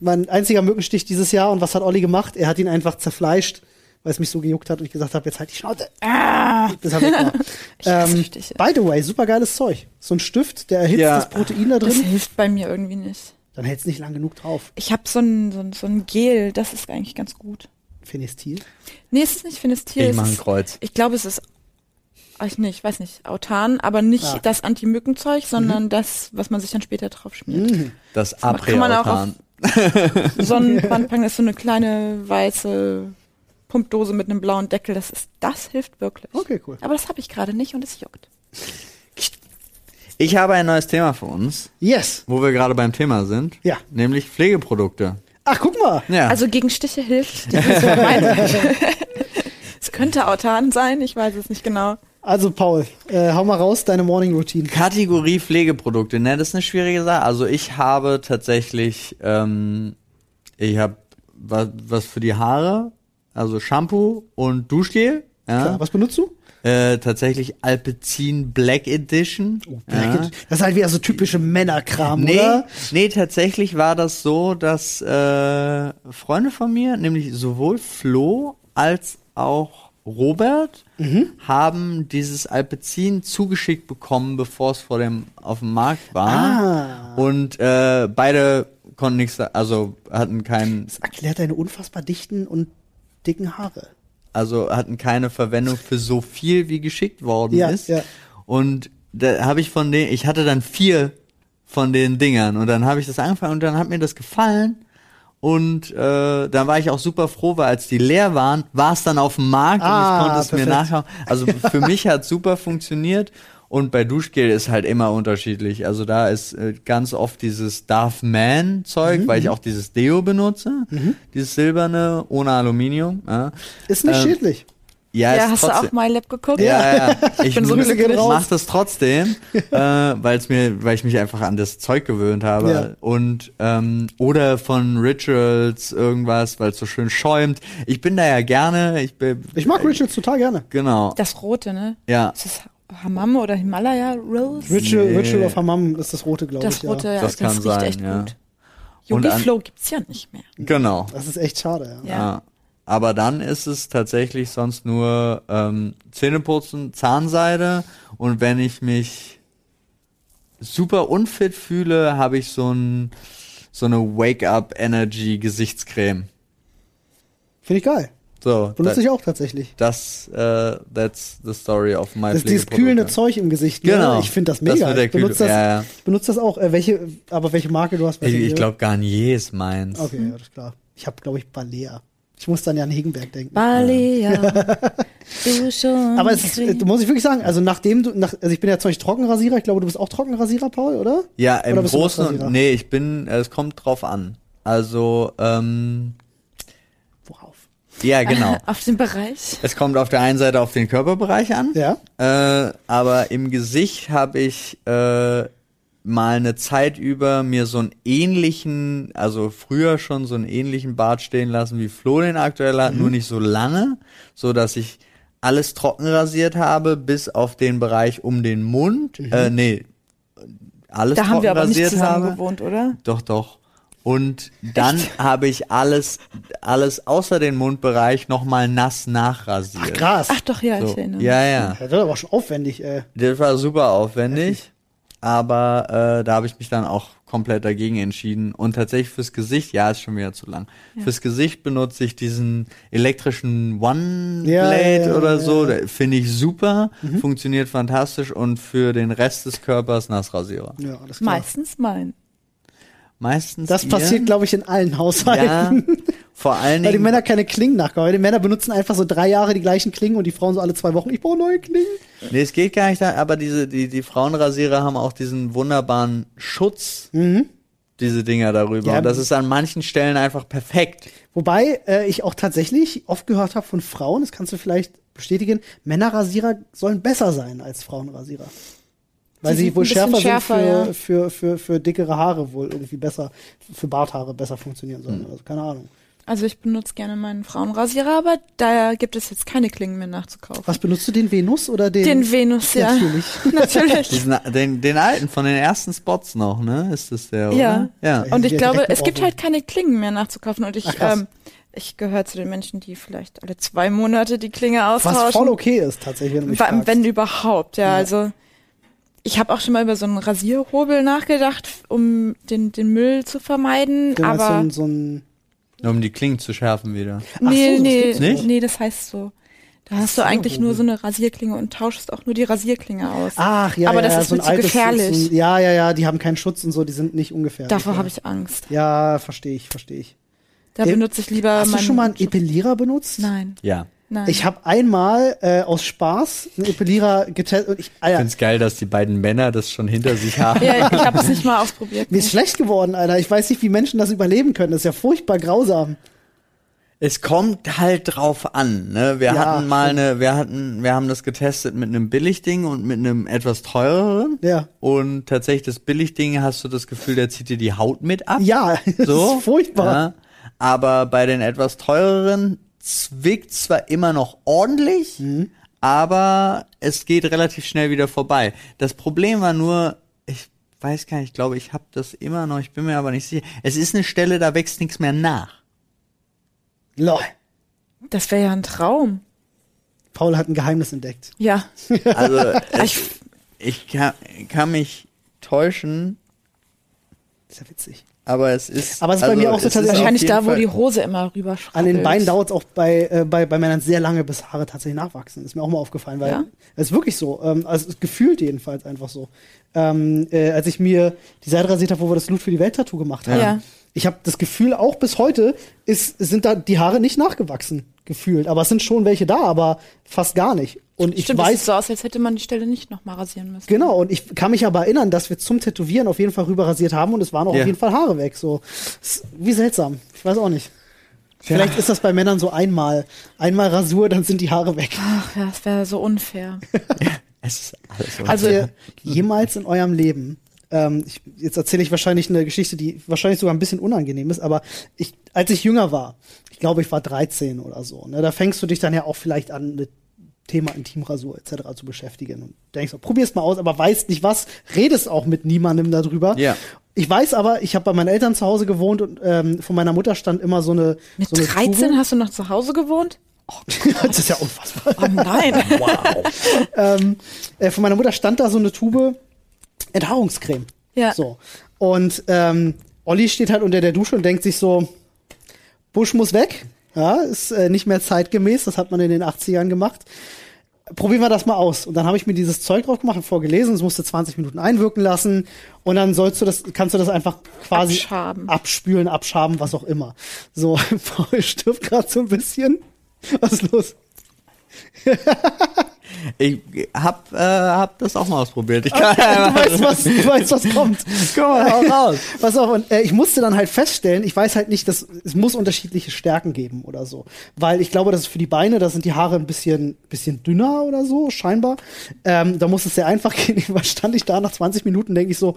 mein einziger Mückenstich dieses Jahr und was hat Olli gemacht? Er hat ihn einfach zerfleischt, weil es mich so gejuckt hat und ich gesagt habe, jetzt halt die Schnauze. Ah! Bis er weg war.
hasse
ähm,
Stiche.
by the way, super geiles Zeug. So ein Stift, der erhitzt
Ja.
das Protein da
Das
drin,
hilft bei mir irgendwie nicht.
dann hält es nicht lang genug drauf.
Ich habe so ein, so, ein, so ein Gel, das ist eigentlich ganz gut.
Phenestil.
Nee, es ist nicht Finestil.
Ich
es
mach ein
ist-
Kreuz.
Ich glaube, es ist, ach, ich nicht, weiß nicht, Autan, aber nicht
Ah.
das Anti-Mücken-Zeug, sondern das, was man sich dann später drauf schmiert.
das
macht- kann man auch
Abreautan.
Sonnenbrandpang ist so eine kleine weiße Pumpdose mit einem blauen Deckel. Das ist, das hilft wirklich.
Okay, cool.
Aber das habe ich gerade nicht und es juckt.
Ich habe ein neues Thema für uns,
Yes.
wo wir gerade beim Thema sind.
Ja.
Nämlich Pflegeprodukte.
Ach, guck mal.
Ja.
Also gegen Stiche hilft. Das ist ja meine. es könnte Autan sein, ich weiß es nicht genau.
Also, Paul, äh, hau mal raus, deine Morning Routine.
Kategorie Pflegeprodukte, ne, das ist eine schwierige Sache. Also ich habe tatsächlich, ähm, ich habe was, was für die Haare, also Shampoo und Duschgel. Ja,
Klar, was benutzt du?
äh, tatsächlich Alpecin Black Edition.
Oh,
ja.
Das ist halt wieder so typische Männerkram,
Nee,
oder?
nee, tatsächlich war das so, dass äh, Freunde von mir, nämlich sowohl Flo als auch Robert, haben dieses Alpecin zugeschickt bekommen, bevor es vor dem auf dem Markt war. Und äh, beide konnten nichts, also hatten keinen,
Das erklärt deine unfassbar dichten und dicken Haare.
also hatten keine Verwendung für so viel, wie geschickt worden
Ja,
ist.
ja.
Und da habe ich von den, ich hatte dann vier von den Dingern und dann habe ich das angefangen und dann hat mir das gefallen und äh, dann war ich auch super froh, weil als die leer waren, war es dann auf dem Markt
Ah,
und ich konnte es mir
perfekt.
nachschauen. Also für mich hat super funktioniert und bei Duschgel ist halt immer unterschiedlich. Also da ist äh, ganz oft dieses Darth Man Zeug,
Mhm,
weil ich auch dieses Deo benutze, dieses silberne ohne Aluminium. Ja,
Ist nicht
Ähm,
schädlich.
ja,
ja,
ist
hast
trotzdem-
du auch MyLab geguckt?
ja, ja, ja. Ich
bin so
nutze-
glücklich.
mach das trotzdem, äh, weil's mir, weil ich mich einfach an das Zeug gewöhnt habe.
Ja.
Und ähm, oder von Rituals irgendwas, weil es so schön schäumt. Ich bin da ja gerne. Ich bin
Ich mag Rituals total gerne.
genau.
Das rote, ne?
Ja.
Ist das Hammam oder Himalaya Rose?
Ritual,
Nee.
Ritual of Hammam ist das rote, glaube ich.
Das rote,
Ja.
ja,
Das
das,
kann
riecht
sein,
echt
ja.
gut.
Und
Yogi
an-
Flow gibt's ja nicht mehr.
Genau.
Das ist echt schade, ja.
Ja.
Ja. Ah. Aber dann ist es tatsächlich sonst nur ähm, Zähneputzen, Zahnseide und wenn ich mich super unfit fühle, habe ich so ein so eine Wake-up-Energy-Gesichtscreme.
Finde ich geil.
So,
Benutze
da-
ich auch tatsächlich.
das äh, that's the story of my
Das ist dieses
Pflegeprodukte.
kühlende Zeug im Gesicht.
Genau.
Ne? Ich finde das
Das mit
mega.
der
ich benutze
Kühle-
das,
ja, ja.
ich benutze das auch. Äh, welche, aber welche Marke du hast? weiß
Ich, ich
nicht.
glaube, Garnier ist meins.
Okay, ja, das ist klar. Ich habe, glaube ich, Balea. Ich muss dann ja an Hegenberg denken.
Balea, du schon.
Aber es ist, äh, muss ich wirklich sagen, also nachdem du, nach, also ich bin ja zum Beispiel Trockenrasierer, ich glaube, du bist auch Trockenrasierer, Paul, oder?
Ja, im
Oder bist du
Großen
Rotwasserer?
und nee, ich bin, äh, es kommt drauf an. Also, ähm,
Worauf?
ja, genau.
Auf den Bereich.
es kommt auf der einen Seite auf den Körperbereich an,
Ja.
äh, aber im Gesicht habe ich äh, mal eine Zeit über mir so einen ähnlichen, also früher schon so einen ähnlichen Bart stehen lassen, wie Flo den aktuell
Mhm.
hat, nur nicht so lange, so dass ich alles trocken rasiert habe, bis auf den Bereich um den Mund. Äh, nee, alles
Mhm. Da
trocken
haben wir aber nicht
rasiert
zusammen
habe.
gewohnt, oder?
Doch, doch. Und dann habe ich alles, alles außer den Mundbereich nochmal nass
Ach,
nachrasiert.
krass.
Ach doch, ja,
so.
ich erinnere mich.
Ja, ja.
Das wird aber auch schon aufwendig, äh.
Das war super aufwendig, aber äh, da habe ich mich dann auch komplett dagegen entschieden. Und tatsächlich fürs Gesicht, ja, ist schon wieder zu lang. Fürs Gesicht benutze ich diesen elektrischen One-Blade
Ja, ja, ja,
oder
ja, Mhm.
so. Der Finde ich super, funktioniert fantastisch und für den Rest des Körpers Nassrasierer.
Ja, alles klar.
Meistens mein.
Meistens
Das
ihr-
passiert, glaube ich, in allen Haushalten.
ja, vor allen
Weil die
Dingen
Männer keine Klingen nachkaufen. Die Männer benutzen einfach so drei Jahre die gleichen Klingen und die Frauen so alle zwei Wochen, ich brauche neue Klingen.
Nee, es geht gar nicht, da- aber diese, die, die Frauenrasierer haben auch diesen wunderbaren Schutz, diese Dinger darüber.
Mhm. Ja.
Und das ist an manchen Stellen einfach perfekt.
Wobei äh, ich auch tatsächlich oft gehört habe von Frauen, das kannst du vielleicht bestätigen, Männerrasierer sollen besser sein als Frauenrasierer. Weil
Sie
sie,
sind
wohl
ein
schärfer,
bisschen schärfer,
sind für,
ja.
für, für, für dickere Haare wohl irgendwie besser, für Barthaare besser funktionieren sollen. Also keine Ahnung.
Also ich benutze gerne meinen Frauenrasierer, aber da gibt es jetzt keine Klingen mehr nachzukaufen.
Was benutzt du, den Venus oder den?
Den Venus, ja.
Natürlich.
Natürlich.
Diesen, den, den alten, von den ersten Spots noch, ne? Ist das der,
Ja.
oder? Ja.
Ja.
Und ich
Ja,
glaube,
direkt mit
es gibt
Ohrwurm.
halt keine Klingen mehr nachzukaufen. Und ich,
Ach, krass.
ähm, ich gehöre zu den Menschen, die vielleicht alle zwei Monate die Klinge
Was
austauschen.
voll okay ist tatsächlich, wenn du mich
Wa-
fragst.
Wenn überhaupt, ja. Also ich habe auch schon mal über so einen Rasierhobel nachgedacht, um den, den Müll zu vermeiden.
Genau, so
aber
ein, so ein
Nur um die Klingen zu schärfen wieder.
Ach so,
nee,
das
nee,
gibt's
nicht?
nee, das heißt so. Da hast du eigentlich nur so eine Rasierklinge und tauschst auch nur die Rasierklinge aus.
Ach ja,
Aber
ja,
das
ja,
ist
so ein
mir zu
altes,
gefährlich.
So ein, ja, ja, ja, die haben keinen Schutz und so, die sind nicht ungefährlich.
Davor
ja.
habe ich Angst.
Ja, verstehe ich, verstehe ich.
Da
Äh,
benutze ich lieber
Hast du
meinen-
schon mal einen Epilierer benutzt?
Nein,
Ja.
nein.
Ich habe einmal äh, aus Spaß einen Epilierer getestet und ich,
Ich
Alter,
find's geil, dass die beiden Männer das schon hinter sich haben.
ja, ich habe es nicht mal ausprobiert.
mir ist schlecht geworden, Alter. Ich weiß nicht, wie Menschen das überleben können. Das ist ja furchtbar grausam.
Es kommt halt drauf an. Ne? Wir
Ja,
hatten mal eine, wir hatten, wir haben das getestet mit einem Billigding und mit einem etwas teureren.
Ja.
Und tatsächlich das Billigding hast du das Gefühl, der zieht dir die Haut mit ab.
Ja, das
so
ist furchtbar.
Ja. Aber bei den etwas teureren zwickt zwar immer noch ordentlich,
Mhm.
aber es geht relativ schnell wieder vorbei. Das Problem war nur, ich weiß gar nicht, ich glaube, ich habe das immer noch, ich bin mir aber nicht sicher. Es ist eine Stelle, da wächst nichts mehr nach.
Lol.
Das wäre ja ein Traum.
Paul hat ein Geheimnis entdeckt.
Ja.
Also
Ich,
Ich kann, kann mich täuschen,
Ist ja witzig.
aber es ist. also
Aber es ist bei mir auch so
es ist
tatsächlich-
auf
wahrscheinlich
jeden
da, wo
Fall-
die Hose immer rüber
An den Beinen dauert es auch bei, äh, bei, bei Männern sehr lange, bis Haare tatsächlich nachwachsen. Ist mir auch mal aufgefallen, weil
Ja?
es ist wirklich so. Ähm, also es ist gefühlt jedenfalls einfach so. Ähm, äh, als ich mir die Seite rasiert habe, wo wir das Blut für die Welt-Tattoo gemacht haben,
Ja.
ich habe das Gefühl, auch bis heute ist, sind da die Haare nicht nachgewachsen, gefühlt. Aber es sind schon welche da, aber fast gar nicht. Und ich
Stimmt, es
weiß,
sieht so aus, als hätte man die Stelle nicht nochmal rasieren müssen.
Genau, und ich kann mich aber erinnern, dass wir zum Tätowieren auf jeden Fall rüber rasiert haben und es waren auch
Ja.
auf jeden Fall Haare weg. So. Ist Wie seltsam. Ich weiß auch nicht. Vielleicht ist das bei Männern so einmal. Einmal Rasur, dann sind die Haare weg.
Ach ja, das wäre so unfair.
Es ist alles
Also
unfair.
ihr jemals in eurem Leben, ähm, ich, jetzt erzähle ich wahrscheinlich eine Geschichte, die wahrscheinlich sogar ein bisschen unangenehm ist, aber ich, als ich jünger war, ich glaube, ich war 13 oder so, ne, da fängst du dich dann ja auch vielleicht an mit Thema Intimrasur etc. zu beschäftigen und denkst, oh, probier's mal aus, aber weißt nicht was, redest auch mit niemandem darüber.
Ja.
Ich weiß aber, ich habe bei meinen Eltern zu Hause gewohnt und ähm, von meiner Mutter stand immer so eine
Mit
so eine
13 hast du noch zu Hause gewohnt?
Tube. das ist ja unfassbar.
Oh nein.
ähm, äh, von meiner Mutter stand da so eine Tube Enthaarungscreme.
Ja.
So. Und ähm, Olli steht halt unter der Dusche und denkt sich so, Busch muss weg. Ja, ist äh, nicht mehr zeitgemäß, das hat man in den 80ern gemacht. probieren wir das mal aus. Und dann habe ich mir dieses Zeug drauf gemacht, habe vorgelesen, es musste 20 Minuten einwirken lassen. Und dann sollst du das, kannst du das einfach quasi
Abschaben.
abspülen, abschaben, was auch immer. So, Paul stirbt gerade so ein bisschen. Was ist los?
Ich hab, äh, hab das auch mal ausprobiert. Ich kann
Du weißt, was, du weißt, was kommt.
Komm mal, hau raus.
Pass auf, und äh, ich musste dann halt feststellen, ich weiß halt nicht, dass es muss unterschiedliche Stärken geben oder so. Weil ich glaube, das ist für die Beine, da sind die Haare ein bisschen, bisschen dünner oder so, scheinbar. Ähm, da muss es sehr einfach gehen. Jedenfalls stand ich da nach 20 Minuten, denke ich so,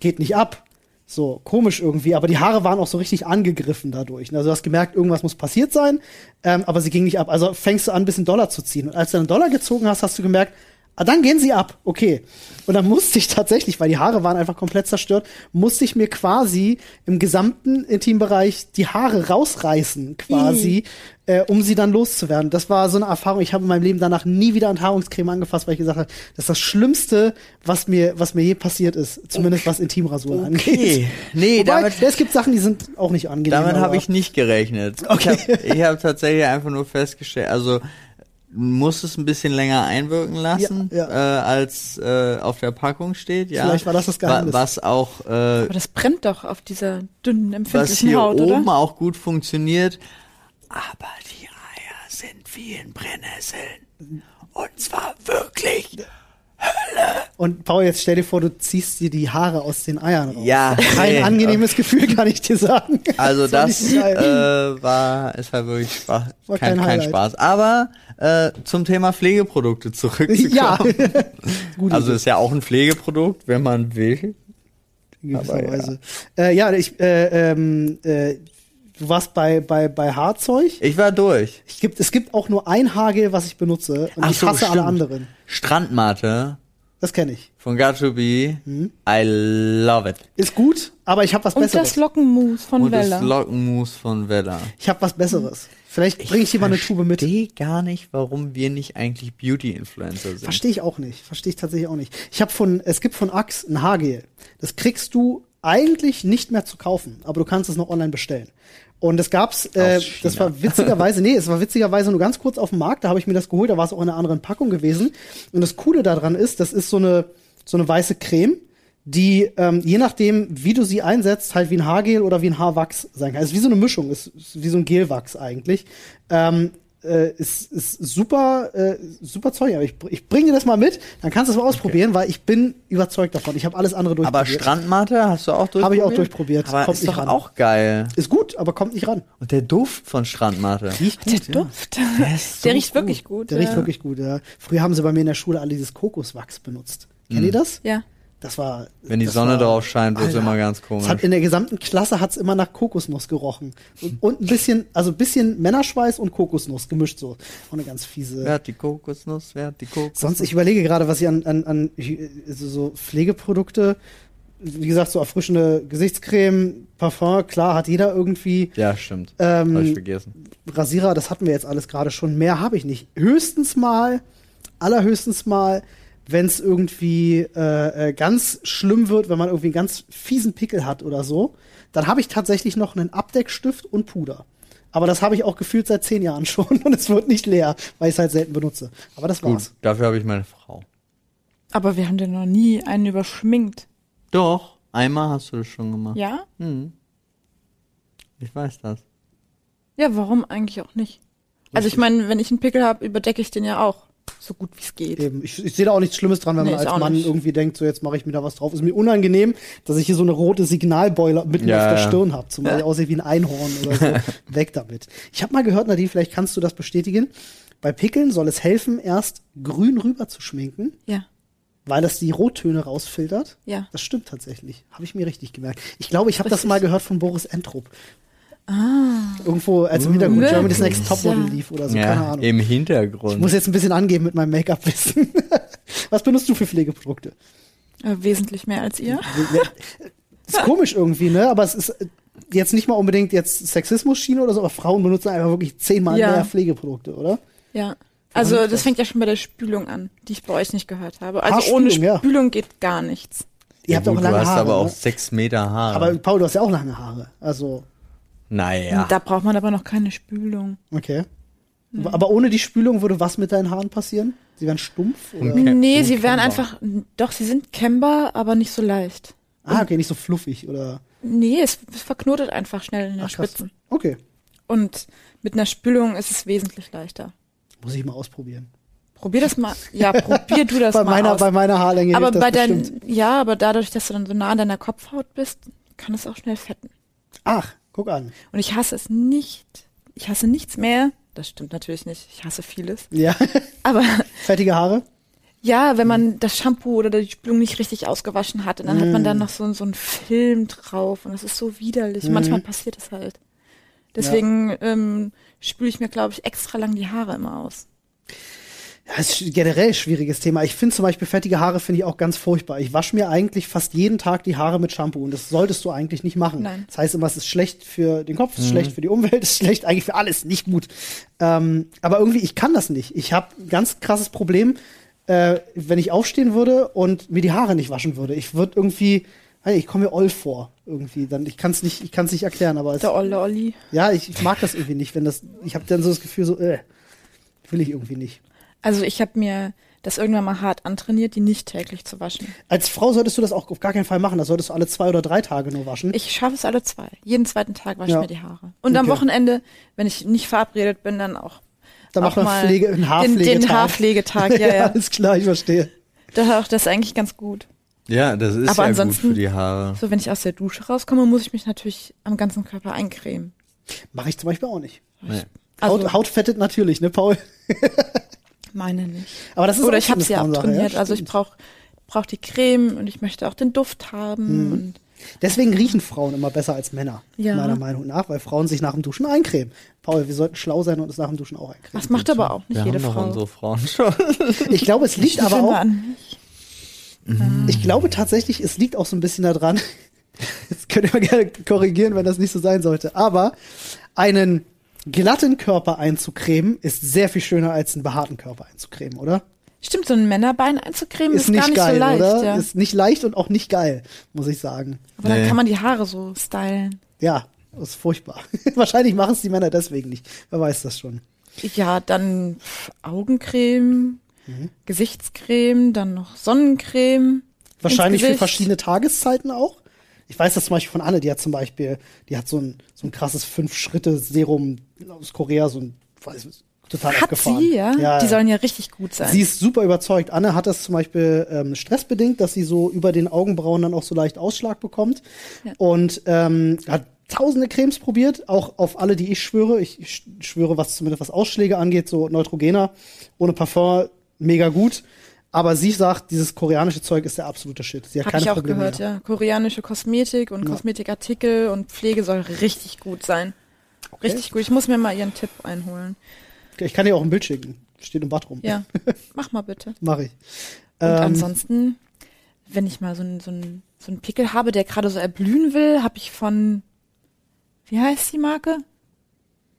geht nicht ab. So, komisch irgendwie, aber die Haare waren auch so richtig angegriffen dadurch. ne? Also du hast gemerkt, irgendwas muss passiert sein, ähm, aber sie ging nicht ab. Also fängst du an, ein bisschen Dollar zu ziehen. Und als du einen Dollar gezogen hast, hast du gemerkt, ah, dann gehen sie ab, okay. Und dann musste ich tatsächlich, weil die Haare waren einfach komplett zerstört, musste ich mir quasi im gesamten Intimbereich die Haare rausreißen, quasi, äh, um sie dann loszuwerden. Das war so eine Erfahrung. Ich habe in meinem Leben danach nie wieder an Haarungscreme angefasst, weil ich gesagt habe, das ist das Schlimmste, was mir, was mir je passiert ist. Zumindest was Intimrasuren angeht.
Okay. Nee,
Wobei,
damit,
es gibt Sachen, die sind auch nicht angenehm.
damit
aber-
habe ich nicht gerechnet.
genau? Okay.
Ich habe ich hab tatsächlich einfach nur festgestellt, also muss es ein bisschen länger einwirken lassen,
Ja,
Äh, als äh, auf der Packung steht. Ja.
Vielleicht war das das Geheimnis.
Wa- Was auch äh,
Aber das brennt doch auf dieser dünnen,
was
empfindlichen
hier
Haut,
oben
oder?
auch gut funktioniert. Aber die Eier sind wie in Brennnesseln. Und zwar wirklich.
Und Paul, jetzt stell dir vor, du ziehst dir die Haare aus den Eiern raus.
Ja,
Kein
nee,
angenehmes Gefühl, kann ich dir sagen.
Also
war
das,
nicht geil.
äh, war, es war wirklich Spaß,
War kein
kein, kein
Highlight.
Spaß. Aber äh, zum Thema Pflegeprodukte zurückzukommen.
ja. Gut.
Also ist ja auch ein Pflegeprodukt, wenn man will.
in gewisser
aber ja.
Weise. Äh, ja, ich, äh, ähm, äh, du warst bei, bei, bei Haarzeug.
Ich war durch.
Ich gibt, es gibt auch nur ein Haargel, was ich benutze. Und
Ach
ich
so,
hasse alle
stimmt.
anderen.
Strandmatte
Das kenne ich.
von got to be.
Hm?
I love it.
Ist gut, aber ich habe was
Und das
Besseres.
Lockenmus von
Und das
Wella.
Lockenmus von Vella.
Ich habe was Besseres. Vielleicht bringe ich dir mal eine Tube mit.
verstehe gar nicht, warum wir nicht eigentlich Beauty-Influencer sind.
Verstehe ich auch nicht. Verstehe ich tatsächlich auch nicht. Ich habe von, es gibt von Axe ein Haargel. Das kriegst du eigentlich nicht mehr zu kaufen, aber du kannst es noch online bestellen. Und das gab's, äh,
Aus China.
das war witzigerweise, nee, es war witzigerweise nur ganz kurz auf dem Markt, da habe ich mir das geholt, da war es auch in einer anderen Packung gewesen. Und das Coole daran ist, das ist so eine, so eine weiße Creme, die, ähm, je nachdem, wie du sie einsetzt, halt wie ein Haargel oder wie ein Haarwachs sein kann. Es ist wie so eine Mischung, es ist wie so ein Gelwachs eigentlich. Ähm, äh, ist, ist super, äh, super Zeug, aber ich, ich bringe dir das mal mit, dann kannst du es mal ausprobieren, weil ich bin überzeugt davon. Ich habe alles andere durchprobiert.
Aber Strandmatte hast du auch durchprobiert?
Habe ich auch durchprobiert.
Aber
Kommt
ist
nicht
doch
ran.
auch geil.
ist gut, aber kommt nicht ran.
Und der Duft von Strandmatte.
Der Duft.
Der ist so
Der riecht
gut.
wirklich gut.
Der
ja.
riecht wirklich gut, ja. Früher haben sie bei mir in der Schule alle dieses Kokoswachs benutzt. Kennt ihr das?
Ja.
Das war.
Hm. Wenn die
das
Sonne
war-
drauf scheint, wird's
Alter.
immer ganz
Es
komisch.
hat in der gesamten Klasse hat's immer nach Kokosnuss gerochen. Und, und ein bisschen, also ein bisschen Männerschweiß und Kokosnuss gemischt so. Auch eine ganz fiese.
Wer hat die Kokosnuss? Wer hat die Kokosnuss?
Sonst, ich überlege gerade, was ich an, an, an Hy- also so Pflegeprodukte, wie gesagt, so erfrischende Gesichtscreme, Parfum, klar, hat jeder irgendwie.
Ja, stimmt.
Ähm,
Hab ich vergessen.
Rasierer, das hatten wir jetzt alles gerade schon. Mehr habe ich nicht. Höchstens mal, allerhöchstens mal, wenn es irgendwie äh, äh, ganz schlimm wird, wenn man irgendwie einen ganz fiesen Pickel hat oder so, dann habe ich tatsächlich noch einen Abdeckstift und Puder. Aber das habe ich auch gefühlt seit zehn Jahren schon und es wird nicht leer, weil ich es halt selten benutze. Aber das war's.
Gut, dafür habe ich meine Frau.
Aber wir haben den noch nie einen überschminkt.
Doch, einmal hast du das schon gemacht.
Ja?
Ich weiß das.
Ja, warum eigentlich auch nicht? Also ich meine, wenn ich einen Pickel habe, überdecke ich den ja auch. So gut wie es geht.
Eben. Ich, ich sehe da auch nichts Schlimmes dran, wenn
Nee,
man
ich
als
auch
Mann
nicht.
irgendwie denkt, so jetzt mache ich mir da was drauf. Ist mir unangenehm, dass ich hier so eine rote Signalbeule mitten
Ja,
auf der
ja.
Stirn habe, zumal ich aussehe wie ein Einhorn oder so. Weg damit. Ich habe mal gehört, Nadine, vielleicht kannst du das bestätigen. Bei Pickeln soll es helfen, erst grün rüber zu schminken,
Ja.
weil das die Rottöne rausfiltert.
Ja.
Das stimmt tatsächlich. Habe ich mir richtig gemerkt. Ich glaube, ich habe das
Richtig.
mal gehört von Boris Entrup. Ah. Irgendwo, als im Hintergrund
Wirklich?
Germany's Next Topmodel
Ja.
lief oder so,
ja,
keine Ahnung.
im
Ich muss
Hintergrund.
jetzt ein bisschen angeben mit meinem Make-up-Wissen. Was benutzt du für Pflegeprodukte?
Äh, wesentlich mehr als ihr.
Ist komisch irgendwie, ne? Aber es ist äh, jetzt nicht mal unbedingt jetzt Sexismus-Schiene oder so, aber Frauen benutzen einfach wirklich zehnmal
Ja.
mehr Pflegeprodukte, oder?
Ja. Also
ist das?
das fängt ja schon bei der Spülung an, die ich bei euch nicht gehört habe. Also
Haarspülung,
ohne
ja.
Spülung geht gar nichts.
Ihr
Ja,
habt
gut,
auch lange
du hast
Haare.
aber auch
ne?
sechs Meter Haare.
aber Paul, du hast ja auch lange Haare. Also,
naja.
Da braucht man aber noch keine Spülung.
okay.
Mhm.
Aber ohne die Spülung würde was mit deinen Haaren passieren? Sie wären stumpf? Oder?
Okay.
nee,
Captain
sie wären
Kemba.
einfach, doch, sie sind kennbar, aber nicht so leicht.
Ah, okay, nicht so fluffig oder.
Nee, es, es verknotet einfach schnell in den
Ach, krass.
Spitzen.
Okay.
Und mit einer Spülung ist es wesentlich leichter.
Muss ich mal ausprobieren.
Probier das mal. Ja, probier du das
bei
mal
meiner,
aus.
bei meiner Haarlänge
aber
hilft das
bei
bestimmt.
deinen, ja, aber dadurch, dass du dann so nah an deiner Kopfhaut bist, kann es auch schnell fetten.
Ach, guck an.
Und ich hasse es nicht. Ich hasse nichts mehr. Das stimmt natürlich nicht. Ich hasse vieles.
Ja.
Aber
Fettige Haare?
ja, wenn
Mhm.
man das Shampoo oder die Spülung nicht richtig ausgewaschen hat, und dann hat man dann noch so, so einen Film drauf und das ist so widerlich.
Mhm.
Manchmal passiert das halt. Deswegen ähm, spüle ich mir, glaube ich, extra lang die Haare immer aus.
Ja, ist sch- generell schwieriges Thema. Ich finde zum Beispiel fettige Haare finde ich auch ganz furchtbar. Ich wasche mir eigentlich fast jeden Tag die Haare mit Shampoo und das solltest du eigentlich nicht machen.
Nein.
Das heißt immer, es ist schlecht für den Kopf, es ist schlecht für die Umwelt, es ist schlecht eigentlich für alles, nicht gut. Ähm, aber irgendwie, ich kann das nicht. Ich habe ein ganz krasses Problem, äh, wenn ich aufstehen würde und mir die Haare nicht waschen würde. Ich würde irgendwie, weiß nicht, ich komme mir oll vor irgendwie. Dann, ich kann es nicht, ich kann's nicht erklären, aber es,
Der Olle Olli.
ja, ich, ich mag das irgendwie nicht, wenn das, ich habe dann so das Gefühl so, äh, will ich irgendwie nicht.
Also ich habe mir das irgendwann mal hart antrainiert, die nicht täglich zu waschen.
Als Frau solltest du das auch auf gar keinen Fall machen. Das solltest du alle zwei oder drei Tage nur waschen.
Ich schaffe es alle zwei. Jeden zweiten Tag wasche
Ja.
ich mir die Haare. Und am
Okay.
Wochenende, wenn ich nicht verabredet bin, dann auch.
Dann
auch
macht man
mal
Pflege- einen
den, den
Haarpflegetag.
Haarpflegetag, ja, ja.
Alles klar, ich verstehe.
Da auch das ist eigentlich ganz gut.
Ja, das ist
Aber
ja gut
ansonsten-
für die Haare.
So, wenn ich aus der Dusche rauskomme, muss ich mich natürlich am ganzen Körper eincremen.
Mache ich zum Beispiel auch nicht.
Nee.
Also
Haut, Haut fettet natürlich, ne, Paul?
meine nicht.
Aber das ist
Oder
auch
ich
so
habe es
eine
ja
Frauensache,
abtrainiert. also ich
stimmt.
brauche brauch die Creme und ich möchte auch den Duft
Hm.
haben. Und
Deswegen riechen Frauen immer besser als Männer.
Ja.
Meiner Meinung nach, weil Frauen sich nach dem Duschen eincremen. Paul, wir sollten schlau sein und uns nach dem Duschen auch eincremen.
das macht aber auch nicht
Wir
jede
haben doch
Frau.
unsere Frauen schon.
Ich glaube, es liegt aber
Immer
auch
an mich.
Ich glaube tatsächlich, es liegt auch so ein bisschen daran, das könnt ihr mal gerne korrigieren, wenn das nicht so sein sollte, aber einen glatten Körper einzucremen ist sehr viel schöner als einen behaarten Körper einzucremen, oder?
Stimmt, so ein Männerbein einzucremen Hm, ist,
Ist nicht,
gar nicht
geil,
so leicht.
oder?
Ja.
Ist nicht leicht und auch nicht geil, muss ich sagen.
Aber dann
Nee.
kann man die Haare so stylen.
Ja, ist furchtbar. Wahrscheinlich machen es die Männer deswegen nicht. Wer weiß das schon.
Ja, dann pff, Augencreme,
Mhm.
Gesichtscreme, dann noch Sonnencreme. ins
Wahrscheinlich für
Gesicht.
verschiedene Tageszeiten auch. Ich weiß das zum Beispiel von Anne, die hat zum Beispiel, die hat so ein, so ein krasses Fünf-Schritte-Serum aus Korea, so ein, weiß ich, total
Hat
abgefahren.
sie, ja?
ja
Die
ja.
sollen ja richtig gut sein.
Sie ist super überzeugt. Anne hat das zum Beispiel ähm, stressbedingt, dass sie so über den Augenbrauen dann auch so leicht Ausschlag bekommt. Und ähm, hat tausende Cremes probiert, auch auf alle, die ich schwöre. Ich sch- schwöre, was zumindest was Ausschläge angeht, so Neutrogena, ohne Parfum, mega gut. Aber sie sagt, dieses koreanische Zeug ist der absolute Shit. Sie hat
Habe
keine
ich auch
Probleme
gehört,
mehr.
ja. Koreanische Kosmetik und Kosmetikartikel und Pflege soll richtig gut sein. Richtig gut. Ich muss mir mal ihren Tipp einholen.
Ich kann dir auch ein Bild schicken. Steht im Bad rum.
Ja, mach mal bitte.
Mach ich.
Und
Ähm,
ansonsten, wenn ich mal so einen so einen- so einen Pickel habe, der gerade so erblühen will, habe ich von, wie heißt die Marke?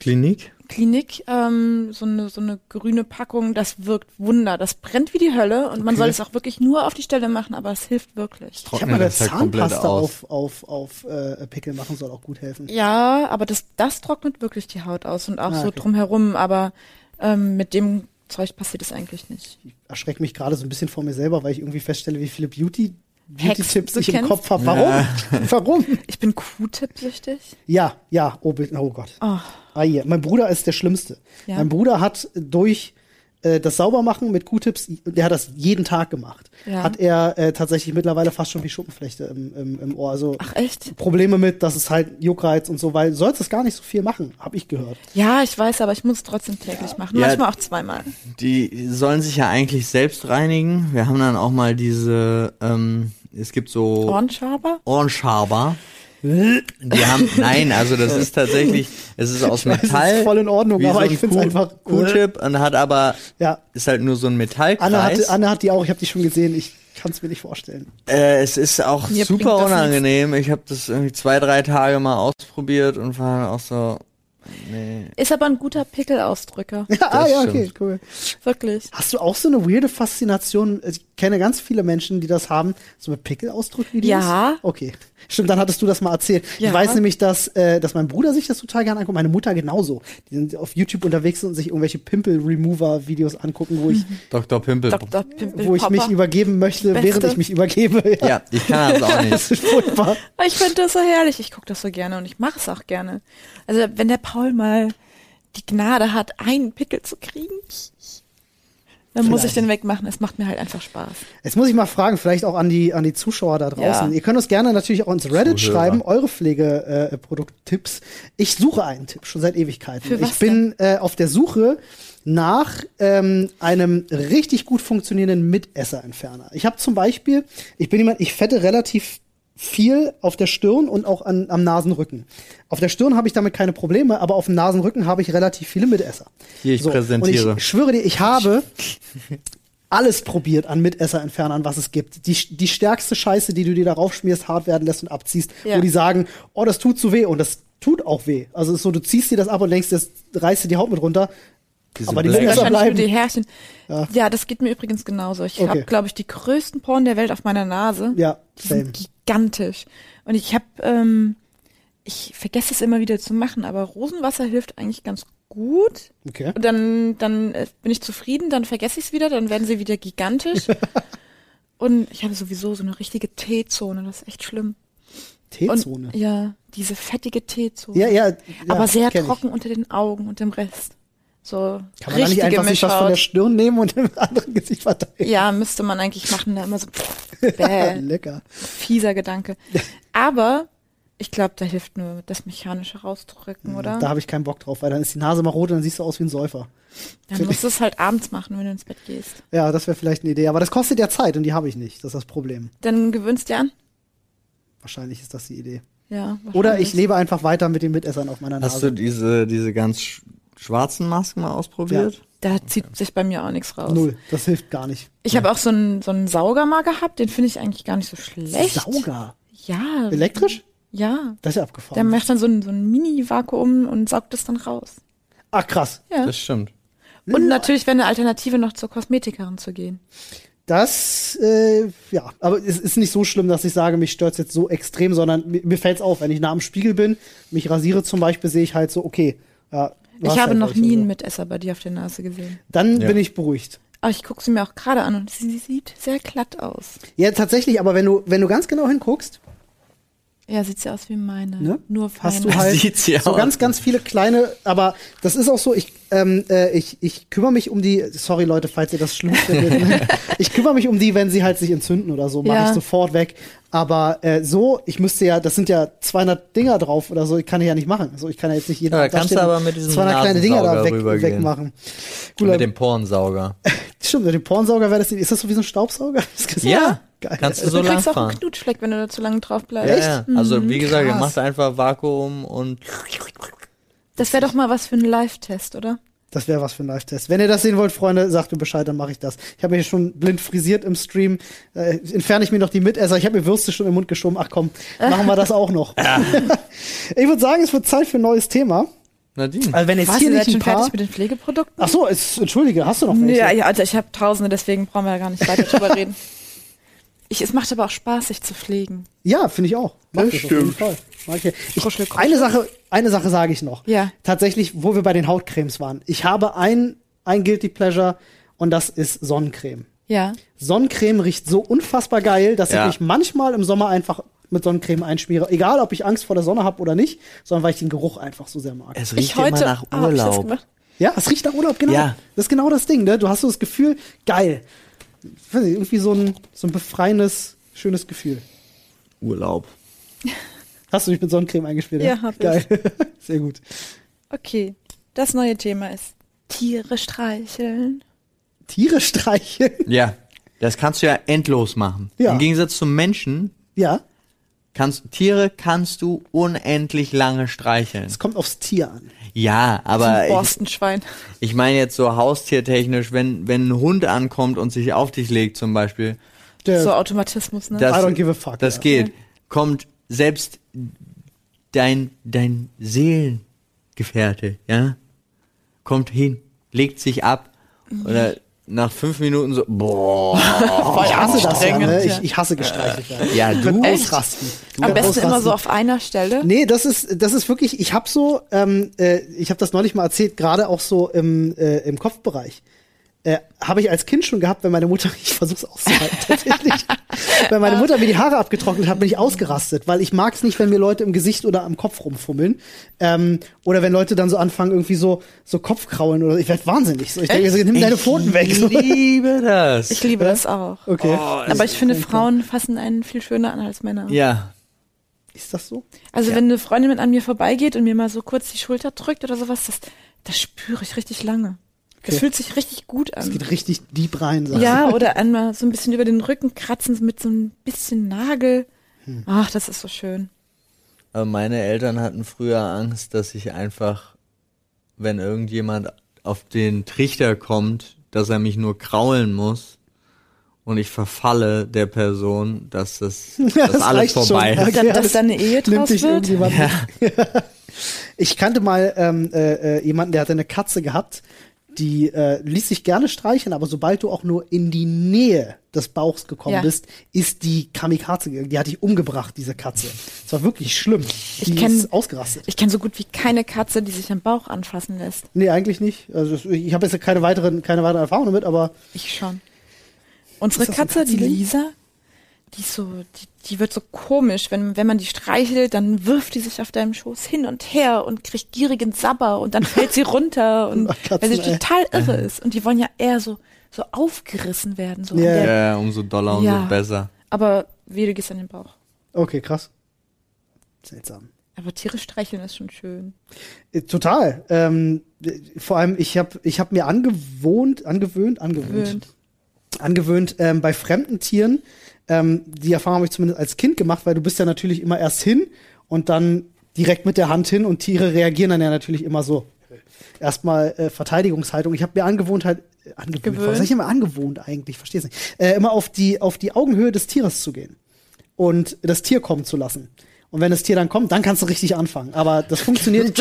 Klinik?
Klinik ähm, so, eine, so eine grüne Packung, das wirkt Wunder. Das brennt wie die Hölle und man
Okay.
soll es auch wirklich nur auf die Stelle machen, aber es hilft wirklich.
Ich habe mal eine
das halt komplett
Zahnpasta
aus.
auf, auf, auf äh, Pickel machen, soll auch gut helfen.
Ja, aber das, das trocknet wirklich die Haut aus und auch
Ah,
so
okay.
drumherum, aber ähm, mit dem Zeug passiert es eigentlich nicht.
erschrecke mich gerade so ein bisschen vor mir selber, weil ich irgendwie feststelle, wie viele Beauty
Hacks
Beauty-Tipps
du
ich im
kennst?
Kopf habe. Warum? Warum?
Ich bin Q-Tipp-süchtig.
Ja, ja, oh, Bild- oh Gott.
Oh,
Ah, hier. Mein Bruder ist der Schlimmste.
Ja.
Mein Bruder hat durch äh, das Saubermachen mit Q-Tips, der hat das jeden Tag gemacht,
Ja.
hat er äh, tatsächlich mittlerweile fast schon wie Schuppenflechte im, im, im Ohr. Also
ach echt?
Probleme mit, dass es halt Juckreiz und so, weil du sollst es gar nicht so viel machen, habe ich gehört.
Ja, ich weiß, aber ich muss es trotzdem täglich machen.
Ja.
Manchmal auch zweimal.
Die sollen sich ja eigentlich selbst reinigen. Wir haben dann auch mal diese, ähm, es gibt
Oh.
so
Ohrenschaber?
Ohrenschaber. Die haben, nein, also das ist tatsächlich, es ist aus
weiß, es ist
Metall.
voll in Ordnung,
wie
aber
so
ich
ein
find's
Q-
einfach-
Q-Tip und hat aber,
Ja.
ist halt nur so ein Metallkreis.
Anne hat, Anne hat die auch, ich habe die schon gesehen, ich kann es mir nicht vorstellen.
Äh, es ist auch
Mir bringt
super
das
unangenehm. Ich habe das irgendwie zwei, drei Tage mal ausprobiert und war dann auch so,
Ist aber ein guter Pickelausdrücker.
Ja, ah,
Das
ja,
stimmt.
okay, cool.
Wirklich.
Hast du auch so eine weirde Faszination? Also, Ich kenne ganz viele Menschen, die das haben, so mit Pickelausdruckvideos.
Ja.
Okay. Stimmt, dann hattest du das mal erzählt. Ich
Ja.
weiß nämlich, dass, äh, dass mein Bruder sich das total gerne anguckt, meine Mutter genauso. Die sind auf YouTube unterwegs und sich irgendwelche Pimpel-Remover-Videos angucken, wo ich,
Dr. Pimpel.
Dr. Pimpel
wo ich mich
Popper.
übergeben möchte,
Beste.
während ich mich übergebe. Ja.
Ja, ich kann das auch nicht.
Das ist furchtbar.
Ich finde das so herrlich. Ich gucke das so gerne und ich mache es auch gerne. Also wenn der Paul mal die Gnade hat, einen Pickel zu kriegen, dann muss ich
Vielleicht.
den wegmachen. Es macht mir halt einfach Spaß.
Jetzt muss ich mal fragen, vielleicht auch an die, an die Zuschauer da draußen.
Ja.
Ihr könnt uns gerne natürlich auch ins Reddit
Zuhörer.
schreiben, eure Pflegeprodukt-Tipps. Äh, Produkttipps. ich suche einen Tipp schon seit Ewigkeiten.
Für
ich
was
bin äh, auf der Suche nach ähm, einem richtig gut funktionierenden Mitesserentferner. Ich habe zum Beispiel, ich bin jemand, ich fette relativ viel auf der Stirn und auch an, am Nasenrücken. Auf der Stirn habe ich damit keine Probleme, aber auf dem Nasenrücken habe ich relativ viele Mitesser.
Hier, ich präsentiere.
Und ich schwöre dir, ich habe alles probiert an Mitesserentfernern, was es gibt. Die, die stärkste Scheiße, die du dir darauf schmierst, hart werden lässt und abziehst,
Ja.
wo die sagen, oh, das tut so weh und das tut auch weh. Also es ist so, du ziehst dir das ab und denkst, das reißt dir die Haut mit runter.
Diese
aber die
Black-
Mütze
Wahrscheinlich
bleiben.
nur die Härchen. Ja. das geht mir übrigens genauso. Ich
Okay.
habe, glaube ich, die größten Poren der Welt auf meiner Nase.
Ja,
Die sind
same.
gigantisch. Und ich habe, ähm, ich vergesse es immer wieder zu machen, aber Rosenwasser hilft eigentlich ganz gut.
Okay.
Und dann, dann äh, bin ich zufrieden, dann vergesse ich es wieder, dann werden sie wieder gigantisch. Und ich habe sowieso so eine richtige T-Zone, das ist echt schlimm.
T-Zone.
Und, ja, diese fettige T-Zone.
Ja, ja, ja.
aber sehr
kenn ich.
trocken unter den Augen und dem Rest. So
Kann man da nicht
richtige
einfach sich was von der
Mischhaut.
Stirn nehmen und im anderen Gesicht verteilen?
Ja, müsste man eigentlich machen, da immer so bäh,
Lecker.
fieser Gedanke. Aber ich glaube, da hilft nur das mechanische Rausdrücken, oder?
Da habe ich keinen Bock drauf, weil dann ist die Nase mal rot und dann siehst du aus wie ein Säufer.
dann musst du es halt abends machen, wenn du ins Bett gehst.
Ja, das wäre vielleicht eine Idee. Aber das kostet ja Zeit und die habe ich nicht. Das ist das Problem.
Dann gewöhnst du dir an.
Wahrscheinlich ist das die Idee.
Ja,
Oder ich
wahrscheinlich.
lebe einfach weiter mit den Mitessern auf meiner
Hast
Nase.
du diese, diese ganz sch- schwarzen Masken mal ausprobiert?
Da zieht sich bei mir auch nichts raus.
Null. Das hilft gar nicht.
Ich habe auch so einen, so einen Sauger mal gehabt, den finde ich eigentlich gar nicht so schlecht.
Sauger.
Ja.
Elektrisch?
Ja.
Das ist ja
Der
abgefahren.
macht dann so ein, so ein Mini-Vakuum und saugt es dann raus.
Ach krass.
Ja.
Das stimmt.
Und natürlich wäre eine Alternative noch zur Kosmetikerin zu gehen.
Das, äh, ja, aber es ist nicht so schlimm, dass ich sage, mich stört's jetzt so extrem, sondern mir, mir fällt's auf, wenn ich nah am Spiegel bin, mich rasiere zum Beispiel, sehe ich halt so, okay, ja, du hast
ich habe
halt
noch
welche
nie
so.
einen Mitesser bei dir auf der Nase gesehen.
Dann
Ja.
bin ich beruhigt.
Aber ich gucke sie mir auch gerade an und sie sieht sehr glatt aus.
Ja, tatsächlich, aber wenn du, wenn du ganz genau hinguckst,
Ja, sieht sie aus wie meine.
Ne?
Nur
hast
feiner.
du halt
Sieht sie
so
aus.
ganz, ganz viele kleine, aber das ist auch so, ich, ähm, äh, ich, ich kümmere mich um die, sorry Leute, falls ihr das schlimm findet, ich kümmere mich um die, wenn sie halt sich entzünden oder so, mache
Ja.
ich sofort weg. Aber äh, so, ich müsste ja, das sind ja 200 Dinger drauf oder so, ich kann ich ja nicht machen. Also ich kann ja jetzt nicht jeden
Ja, da
Abend da
kannst
stehen
du aber
und
mit diesem
200 kleine Dinger da
Nasensauger
weg,
rübergehen.
wegmachen.
Mit
Cooler,
dem Pornsauger.
stimmt, mit dem Pornsauger wäre das, ist das so wie so ein Staubsauger?
Ja.
Geil.
Kannst du so
du kriegst auch einen
langfahren.
Knutschfleck, wenn du da zu lange drauf
Ja,
bleibst.
ja. Also wie gesagt, ihr
Krass.
macht einfach Vakuum und
Das wäre doch mal was für einen Live-Test, oder?
Das wäre was für ein Live-Test. Wenn ihr das sehen wollt, Freunde, sagt mir Bescheid, dann mache ich das. Ich habe mich schon blind frisiert im Stream. Äh, entferne ich mir noch die Mitesser. Ich habe mir Würste schon im Mund geschoben. Ach komm, machen wir das auch noch. ich würde sagen, es wird Zeit für ein neues Thema.
Nadine.
Also wenn jetzt
Was,
hier
ihr
nicht
seid
ein
schon
paar.
fertig mit den Pflegeprodukten?
Ach so, es, entschuldige, hast du noch welche?
Ja, ja, Alter, ich habe Tausende, deswegen brauchen wir ja gar nicht weiter drüber reden. Ich, es macht aber auch Spaß, sich zu pflegen.
Ja, finde ich auch. Mag
Das
ich auf jeden
stimmt.
Fall. Mag ich.
Kuschel,
Ich,
kuschel.
eine Sache, eine Sache sage ich noch.
Ja.
Tatsächlich, wo wir bei den Hautcremes waren. Ich habe ein, ein Guilty Pleasure und das ist Sonnencreme.
Ja.
Sonnencreme riecht so unfassbar geil, dass
Ja.
ich mich manchmal im Sommer einfach mit Sonnencreme einschmiere. Egal, ob ich Angst vor der Sonne habe oder nicht, sondern weil ich den Geruch einfach so sehr mag.
Es
ich heute Ah, hab ich das gemacht?
Ja, es riecht nach Urlaub, genau.
Ja.
Das ist genau das Ding, ne? Du hast so das Gefühl, geil. Ich weiß nicht, Irgendwie so ein, so ein befreiendes, schönes Gefühl.
Urlaub.
Hast du dich mit Sonnencreme eingeschmiert?
Ja, hab ich.
Geil. Sehr gut.
Okay. Das neue Thema ist Tiere streicheln.
Tiere streicheln.
Ja. Das kannst du ja endlos machen.
Ja.
Im Gegensatz zum Menschen
Ja,
kannst Tiere kannst du unendlich lange streicheln.
es kommt aufs Tier an.
Ja,
Ah,
aber ich,
Borstenschwein.
Ich meine jetzt so haustiertechnisch, wenn, wenn ein Hund ankommt und sich auf dich legt zum Beispiel,
Der,
So Automatismus, ne?
das,
I don't give a fuck,
das
ja.
geht, kommt selbst dein, dein Seelen, Gefährte, ja, kommt hin, legt sich ab
Mhm.
oder nach fünf Minuten so, boah,
Oh, ich hasse das ja, ne?
anstrengend,
ich, ich hasse gestreichelt werden.
ja, du,
Echt?
Ausrasten. Du
Am
kannst
besten immer
ausrasten.
so auf einer Stelle.
Nee, das ist das ist wirklich. Ich habe so, ähm, äh, ich habe das neulich mal erzählt, gerade auch so im äh, im Kopfbereich. Äh, habe ich als Kind schon gehabt, wenn meine Mutter, ich versuch's auszuhalten, tatsächlich. wenn meine Mutter mir die Haare abgetrocknet hat, bin ich ausgerastet, weil ich mag's nicht, wenn mir Leute im Gesicht oder am Kopf rumfummeln. Ähm, oder wenn Leute dann so anfangen, irgendwie so, so Kopfkraulen oder ich werd wahnsinnig. So, ich denke, so, nimm deine Pfoten weg.
ich
So.
liebe das.
Ich liebe das auch.
Okay.
Aber ich finde, Frauen fassen einen viel schöner an als Männer.
ja,
Ist das so?
Also wenn eine Freundin mit an mir vorbeigeht und mir mal so kurz die Schulter drückt oder sowas, das, das spüre ich richtig lange. Das
Okay.
fühlt sich richtig gut an.
Es geht richtig deep rein, sagst
Ja, oder einmal so ein bisschen über den Rücken kratzen mit so ein bisschen Nagel.
Hm.
Ach, das ist so schön.
Aber meine Eltern hatten früher Angst, dass ich einfach, wenn irgendjemand auf den Trichter kommt, dass er mich nur kraulen muss und ich verfalle der Person, dass das, dass alles
reicht schon.
vorbei ist.
Okay,
Dass- dass
alles-
da eine Ehe
nimmt
draus
dich
wird?
irgendjemand mit. Ich kannte mal ähm, äh, äh, jemanden, der hatte eine Katze gehabt, die äh, ließ sich gerne streicheln, aber sobald du auch nur in die Nähe des Bauchs gekommen
Ja.
bist, ist die Kamikaze gegangen. Die hat dich umgebracht, diese Katze. Das war wirklich schlimm. Die
kenn-
ist ausgerastet.
Ich kenne so gut wie keine Katze, die sich am Bauch anfassen lässt.
Nee, eigentlich nicht. Also es- ich habe jetzt keine weiteren, keine weiteren Erfahrungen damit, aber
Ich schon. Unsere
Ist das so ein
Katze, die
Katzending?
Lisa, die ist so, die, die wird so komisch, wenn, wenn man die streichelt, dann wirft die sich auf deinem Schoß hin und her und kriegt gierigen Sabber und dann fällt sie runter und
Ach, Katzen,
weil sie
ey.
total irre ist. Und die wollen ja eher so, so aufgerissen werden. So an
Ja.
der,
Ja, umso doller, umso
Ja.
besser.
Aber weh gehst an den Bauch.
okay, krass. Seltsam.
Aber Tiere streicheln ist schon schön.
Äh, Total. Ähm, äh, vor allem, ich habe ich hab mir angewohnt, angewöhnt, angewöhnt,
Gewöhnt.
angewöhnt ähm, bei fremden Tieren. Ähm, die Erfahrung habe ich zumindest als Kind gemacht, weil du bist ja natürlich immer erst hin und dann direkt mit der Hand hin und Tiere reagieren dann ja natürlich immer so. Erstmal äh, Verteidigungshaltung. Ich habe mir angewohnt halt äh, angewöhnt.
Gewöhnt.
Was sag ich immer angewohnt eigentlich? Verstehst nicht? Äh, immer auf die auf die Augenhöhe des Tieres zu gehen und das Tier kommen zu lassen. Und wenn das Tier dann kommt, dann kannst du richtig anfangen. Aber das funktioniert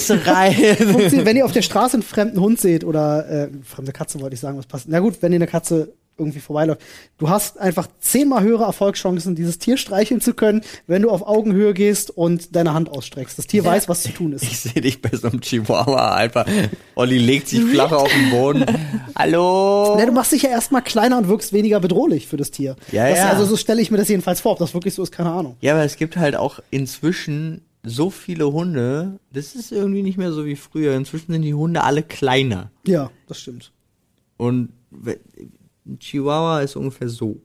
Gesterei.
Funktioniert, wenn ihr auf der Straße einen fremden Hund seht oder äh, fremde Katze wollte ich sagen, was passt. Na gut, wenn ihr eine Katze irgendwie vorbeiläuft. Du hast einfach zehnmal höhere Erfolgschancen, dieses Tier streicheln zu können, wenn du auf Augenhöhe gehst und deine Hand ausstreckst. Das Tier weiß, was zu tun ist.
Ich sehe dich bei so einem Chihuahua einfach. Olli legt sich flach auf den Boden. Hallo.
Na, du machst dich ja erstmal kleiner und wirkst weniger bedrohlich für das Tier.
Ja,
das,
ja.
Also so stelle ich mir das jedenfalls vor. Ob das wirklich so ist, keine Ahnung.
Ja, aber es gibt halt auch inzwischen so viele Hunde. Das ist irgendwie nicht mehr so wie früher. Inzwischen sind die Hunde alle kleiner.
Ja, das stimmt.
Und we- ein Chihuahua ist ungefähr so.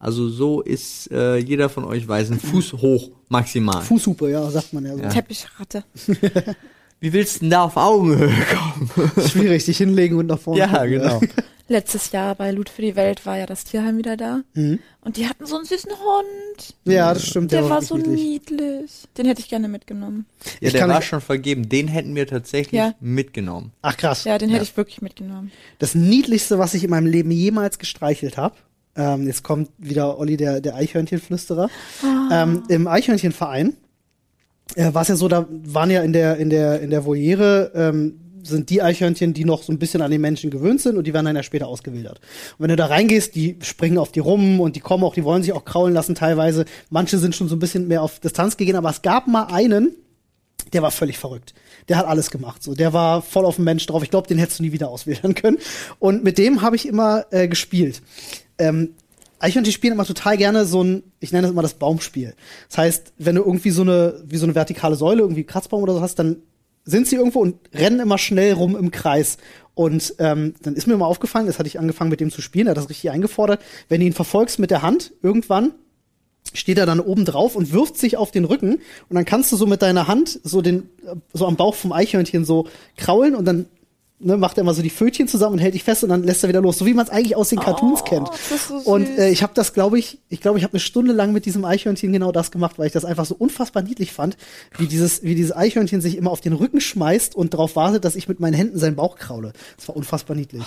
Also so ist äh, jeder von euch weiß, ein Fuß hoch maximal.
Fußhupe, ja, sagt man ja so.
Teppichratte.
Wie willst du denn da auf Augenhöhe kommen?
Schwierig, dich hinlegen und nach vorne. gucken,
Letztes Jahr bei Loot für die Welt war ja das Tierheim wieder da.
Mhm.
Und die hatten so einen süßen Hund.
Ja, das stimmt.
Der war
wirklich
so
niedlich.
niedlich. Den hätte ich gerne mitgenommen.
Ja,
Ich
der
kann
war
euch-
schon vergeben. Den hätten wir tatsächlich
Ja.
mitgenommen.
Ach krass.
Ja, den hätte ich wirklich mitgenommen.
Das niedlichste, was ich in meinem Leben jemals gestreichelt habe. Ähm, jetzt kommt wieder Olli, der, der Eichhörnchenflüsterer. Ähm, Im Eichhörnchenverein äh, war es ja so, da waren ja in der, in der, in der Voliere ähm, sind die Eichhörnchen, die noch so ein bisschen an den Menschen gewöhnt sind und die werden dann ja später ausgewildert. Und wenn du da reingehst, die springen auf die rum und die kommen auch, die wollen sich auch kraulen lassen teilweise. Manche sind schon so ein bisschen mehr auf Distanz gegangen, aber es gab mal einen, der war völlig verrückt. Der hat alles gemacht. So, der war voll auf den Mensch drauf. Ich glaube, den hättest du nie wieder auswählen können. Und mit dem habe ich immer äh, gespielt. Ähm, Eichhörnchen spielen immer total gerne so ein, ich nenne das immer das Baumspiel. Das heißt, wenn du irgendwie so eine, wie so eine vertikale Säule, irgendwie Kratzbaum oder so hast, dann sind sie irgendwo und rennen immer schnell rum im Kreis. Und ähm, dann ist mir mal aufgefallen, das hatte ich angefangen mit dem zu spielen, er hat das richtig eingefordert. Wenn du ihn verfolgst mit der Hand, irgendwann, steht er dann oben drauf und wirft sich auf den Rücken und dann kannst du so mit deiner Hand so den so am Bauch vom Eichhörnchen so kraulen und dann ne, macht er immer so die Fötchen zusammen und hält dich fest und dann lässt er wieder los, so wie man es eigentlich aus den
Oh.
Cartoons kennt.
das ist so
und
süß.
äh, ich habe das glaube ich, ich glaube, ich habe eine Stunde lang mit diesem Eichhörnchen genau das gemacht, weil ich das einfach so unfassbar niedlich fand, wie dieses wie dieses Eichhörnchen sich immer auf den Rücken schmeißt und darauf wartet, dass ich mit meinen Händen seinen Bauch kraule. Das war unfassbar niedlich.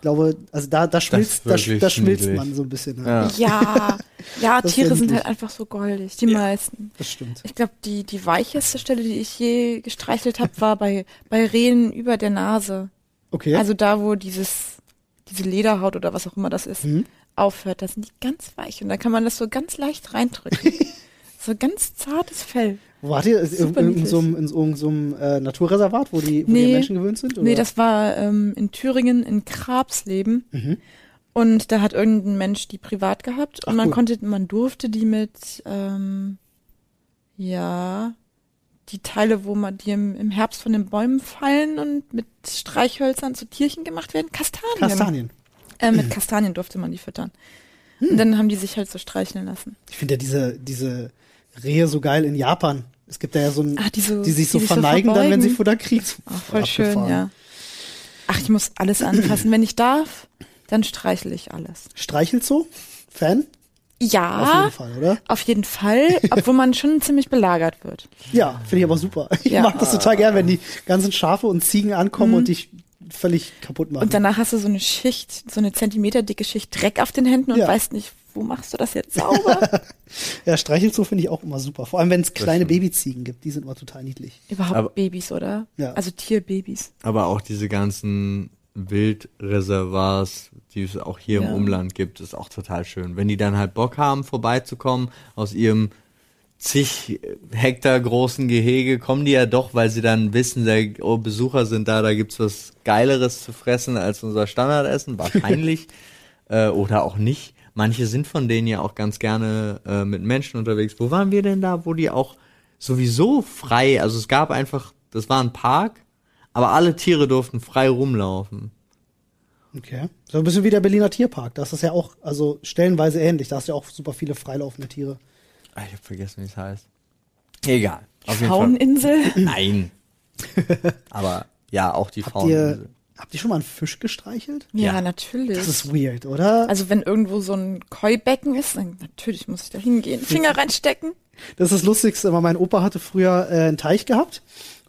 glaube, also da, da schmilzt, da,
wirklich
da schmilzt
niedlich.
man so ein bisschen. ne?
Ja.
Ja, ja,
Das ist
Tiere sind
endlich.
halt einfach so goldig, die meisten.
Das stimmt.
Ich glaube, die, die weicheste Stelle, die ich je gestreichelt habe, war bei, bei Rehen über der Nase.
Okay.
Also da, wo dieses, diese Lederhaut oder was auch immer das ist,
Mhm.
aufhört, da sind die ganz weich und da kann man das so ganz leicht reindrücken. so ganz zartes Fell.
wo wart ihr? Ist In,
Super
in, in
niedlich.
so einem, in so, in so einem äh, Naturreservat, wo die, wo die
Nee.
Menschen gewöhnt sind? Oder?
Nee, das war ähm, in Thüringen in Krabsleben. Und da hat irgendein Mensch die privat gehabt und
Mhm. Ach,
man
cool.
konnte, man durfte die mit, ähm, ja, die Teile, wo man die im, im Herbst von den Bäumen fallen und mit Streichhölzern zu Tierchen gemacht werden, Kastanien.
Kastanien. Mhm. Hm.
Äh, mit Kastanien durfte man die füttern. Und dann haben die sich halt so streicheln lassen.
Ich finde ja diese, diese Rehe so geil in Japan. Es gibt da ja so ein,
Ah, die so-
die sich so
die sich so
verneigen, dann, wenn sie
verbeugen.
Futter kriegen. So,
Ach, Ah, voll schön,
abgefahren.
ja. Ach, ich muss alles anfassen. Wenn ich darf, dann streichle ich alles.
Streichelt so? Fan?
Ja.
Auf jeden Fall, oder?
Auf jeden Fall, obwohl man schon ziemlich belagert wird.
Ja, finde ich aber super. Ich
Ja. Mhm.
mag das total gern, wenn die ganzen Schafe und Ziegen ankommen und dich völlig kaputt machen.
Und danach hast du so eine Schicht, so eine zentimeterdicke Schicht Dreck auf den Händen und
Ja.
weißt nicht, wo machst du das jetzt sauber?
ja, Streichelt so finde ich auch immer super. Vor allem, wenn es kleine Babyziegen gibt, die sind immer total niedlich.
Überhaupt
Aber-
Babys, oder?
Ja.
Also Tierbabys.
Aber auch diese ganzen Wildreservoirs, die es auch hier im
Ja.
Umland gibt, ist auch total schön. Wenn die dann halt Bock haben, vorbeizukommen, aus ihrem zig Hektar großen Gehege, kommen die ja doch, weil sie dann wissen, der, oh, Besucher sind da, da gibt's was Geileres zu fressen als unser Standardessen, wahrscheinlich. äh, oder auch nicht. Manche sind von denen ja auch ganz gerne äh, mit Menschen unterwegs. Wo waren wir denn da, wo die auch sowieso frei, also es gab einfach, das war ein Park, aber alle Tiere durften frei rumlaufen.
Okay. So ein bisschen wie der Berliner Tierpark. Das ist ja auch, also stellenweise ähnlich. Da hast du ja auch super viele freilaufende Tiere.
Ah, Ich habe vergessen, wie es heißt. Egal. Auf jeden Fall.
Fauninsel?
Nein. aber ja, auch die
Habt ihr,
Fauninsel.
habt ihr schon mal einen Fisch gestreichelt?
Ja,
Ja.
natürlich.
Das ist weird, oder?
also wenn irgendwo so ein Keubecken ist, dann natürlich muss ich da hingehen. Finger reinstecken.
Das ist das Lustigste, weil mein Opa hatte früher äh, einen Teich gehabt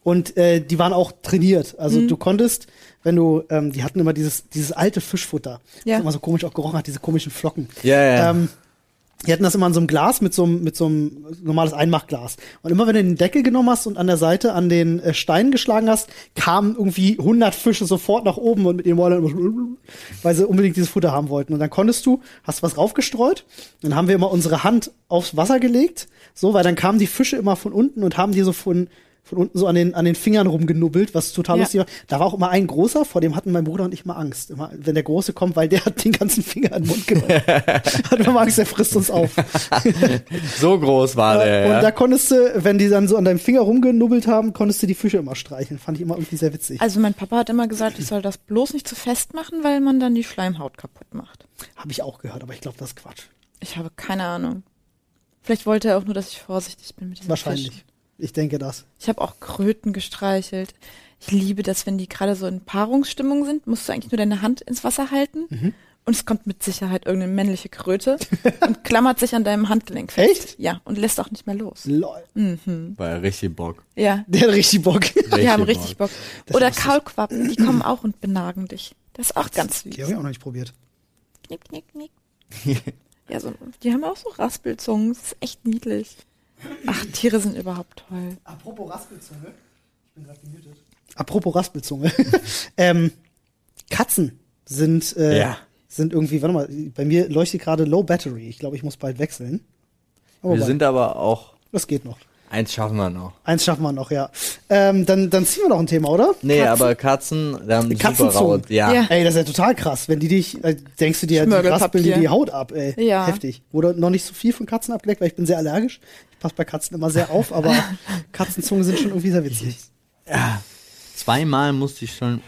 und äh, die waren auch trainiert. Also
Mhm.
du konntest, wenn du, ähm, die hatten immer dieses, dieses alte Fischfutter,
Ja.
das immer so komisch auch gerochen hat, diese komischen Flocken.
Ja, ja.
Ähm, die hatten das immer in so einem Glas mit so einem, mit so einem normales Einmachglas. Und immer wenn du den Deckel genommen hast und an der Seite an den äh, Stein geschlagen hast, kamen irgendwie 100 Fische sofort nach oben und mit ihren Mäulern, immer so, weil sie unbedingt dieses Futter haben wollten. Und dann konntest du, hast was raufgestreut, dann haben wir immer unsere Hand aufs Wasser gelegt, so, weil dann kamen die Fische immer von unten und haben die so von, von unten so an den, an den Fingern rumgenubbelt, was total
Ja.
lustig war. Da war auch immer ein großer, vor dem hatten mein Bruder und ich immer Angst. Immer, wenn der Große kommt, weil der hat den ganzen Finger in den Mund genommen. Hat man Angst, der frisst uns auf.
So groß war der.
Äh, Und
Äh, ja.
da konntest du, wenn die dann so an deinem Finger rumgenubbelt haben, konntest du die Fische immer streicheln. Fand ich immer irgendwie sehr witzig.
Äh.
Also mein Papa hat immer gesagt, ich soll das bloß nicht zu fest machen, weil man dann die Schleimhaut kaputt macht.
Habe ich auch gehört, aber ich glaube, das ist Quatsch.
Ich habe keine Ahnung. Vielleicht wollte er auch nur, dass ich vorsichtig bin mit diesen
Wahrscheinlich.
Fischen.
Ich denke das.
Ich habe auch Kröten gestreichelt. Ich liebe das, wenn die gerade so in Paarungsstimmung sind, musst du eigentlich nur deine Hand ins Wasser halten
Mhm.
und es kommt mit Sicherheit irgendeine männliche Kröte und klammert sich an deinem Handgelenk fest.
Echt?
Ja, und lässt auch nicht mehr los.
Lol.
War ja richtig Bock.
Ja,
Der hat richtig Bock.
die haben
Richtig
richtig Bock. Oder Kaulquappen, die kommen auch und benagen dich. Das ist auch ganz süß.
Die habe ich auch noch nicht probiert.
Knick, knick, knick. ja, so, die haben auch so Raspelzungen. Das ist echt niedlich. Ach, Tiere sind überhaupt toll.
Apropos Raspelzunge. Ich bin gerade gemütet. Apropos Raspelzunge. ähm, Katzen sind, äh,
Ja.
sind irgendwie, warte mal, bei mir leuchtet gerade Low Battery. Ich glaube, ich muss bald wechseln. Aber
Wir
wobei,
sind aber auch.
das geht noch.
Eins schaffen wir noch.
Eins schaffen wir noch, ja. Ähm, dann, dann ziehen wir noch ein Thema, oder?
Nee,
Katzen?
aber Katzen, da haben die super
Katzenzungen.
raus. Ja.
Ja.
Ey, das ist ja total krass. Wenn die dich, äh, denkst du dir, die
Schmirgelpapier.
raspeln dir die Haut ab, ey.
Ja.
Heftig. Wurde noch nicht so viel von Katzen abgeleckt, weil ich bin sehr allergisch. Ich passe bei Katzen immer sehr auf, aber Katzenzungen sind schon irgendwie sehr witzig.
Zweimal musste ich schon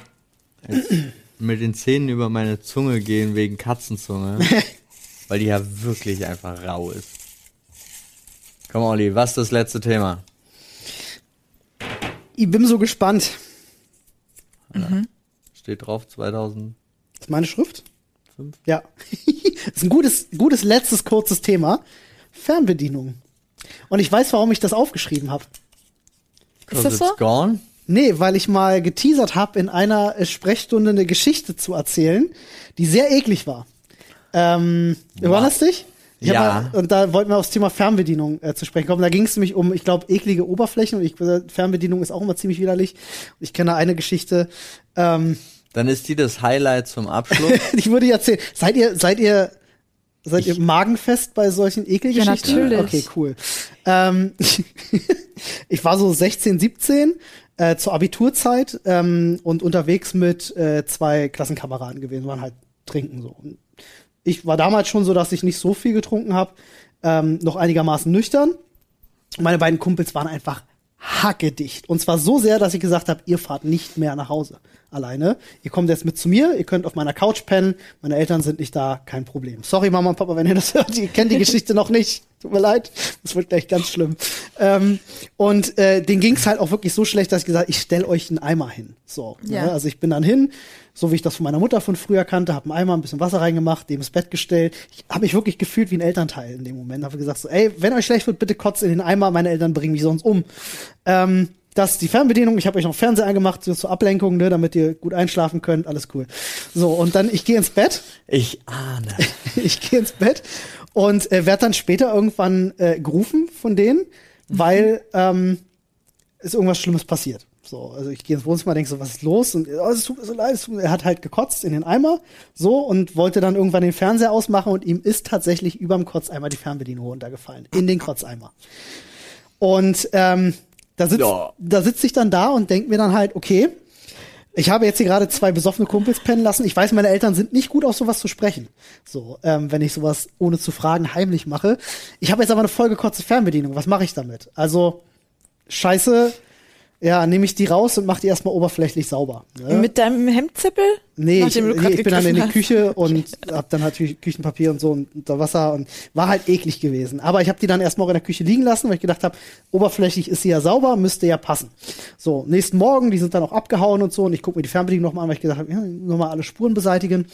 jetzt mit den Zähnen über meine Zunge gehen wegen Katzenzunge, weil die ja wirklich einfach rau ist. Komm, Olli, was ist das letzte Thema?
Ich bin so gespannt.
Steht drauf 2000.
Ist meine Schrift?
Fünf.
Ja. ist ein gutes, gutes letztes kurzes Thema. Fernbedienung. Und ich weiß, warum ich das aufgeschrieben habe.
Ist das
It's
so?
gone?
Nee, weil ich mal geteasert habe, in einer äh, Sprechstunde eine Geschichte zu erzählen, die sehr eklig war. Ähm, Erinnerst dich? Ich hab
Ja.
Mal, und da wollten wir aufs Thema Fernbedienung äh, zu sprechen kommen. Da ging es nämlich um, ich glaube, eklige Oberflächen. Und ich, äh, Fernbedienung ist auch immer ziemlich widerlich. Und ich kenne da eine Geschichte. Ähm,
Dann ist die das Highlight zum Abschluss.
ich würde ja erzählen, seid ihr, seid ihr, seid ihr magenfest bei solchen Ekelgeschichten?
Ja, natürlich.
Okay, cool. Ähm, ich war so 16, 17 äh, zur Abiturzeit ähm, und unterwegs mit äh, zwei Klassenkameraden gewesen, waren halt trinken so. Und ich war damals schon so, dass ich nicht so viel getrunken habe, ähm, noch einigermaßen nüchtern. Meine beiden Kumpels waren einfach hackedicht. Und zwar so sehr, dass ich gesagt habe, ihr fahrt nicht mehr nach Hause alleine. Ihr kommt jetzt mit zu mir, ihr könnt auf meiner Couch pennen, meine Eltern sind nicht da, kein Problem. Sorry, Mama und Papa, wenn ihr das hört, ihr kennt die Geschichte noch nicht. Tut mir leid, das wird gleich ganz schlimm. Ähm, und äh, denen ging's halt auch wirklich so schlecht, dass ich gesagt habe, ich stell euch einen Eimer hin. So,
Ja.
ne? Also ich bin dann hin, so wie ich das von meiner Mutter von früher kannte, habe einen Eimer, ein bisschen Wasser reingemacht, dem ins Bett gestellt. Ich habe mich wirklich gefühlt wie ein Elternteil in dem Moment. Habe gesagt so, ey, wenn euch schlecht wird, bitte kotzt in den Eimer, meine Eltern bringen mich sonst um. Ähm, das ist die Fernbedienung. Ich habe euch noch Fernseher angemacht so zur Ablenkung, ne, damit ihr gut einschlafen könnt. Alles cool. So und dann ich gehe ins Bett
Ich ahne.
ich gehe ins Bett und äh, werde dann später irgendwann äh, gerufen von denen, weil ähm, ist irgendwas Schlimmes passiert. So, also ich gehe ins Wohnzimmer, denke so, was ist los? Und oh, es tut mir so leid. es tut mir- Er hat halt gekotzt in den Eimer, so und wollte dann irgendwann den Fernseher ausmachen und ihm ist tatsächlich überm Kotzeimer die Fernbedienung runtergefallen in den Kotzeimer. Und ähm, da sitzt,
Ja.
da sitze ich dann da und denke mir dann halt, okay, ich habe jetzt hier gerade zwei besoffene Kumpels pennen lassen. Ich weiß, meine Eltern sind nicht gut auf sowas zu sprechen. So, ähm, wenn ich sowas ohne zu fragen heimlich mache. Ich habe jetzt aber eine vollgekotzte Fernbedienung. Was mache ich damit? Also, scheiße. Ja, nehme ich die raus und mache die erstmal oberflächlich sauber. Ne?
Mit deinem Hemdzeppel?
Nee, ich,
Nachdem du
nee,
grad
ich bin dann in
gegriffen
die
hast.
Küche und hab dann halt Kü- Küchenpapier und so und da Wasser und war halt eklig gewesen. Aber ich habe die dann erstmal auch in der Küche liegen lassen, weil ich gedacht habe, oberflächlich ist sie ja sauber, müsste ja passen. So, nächsten Morgen, die sind dann auch abgehauen und so und ich gucke mir die Fernbedienung nochmal an, weil ich gedacht habe, ja, nochmal alle Spuren beseitigen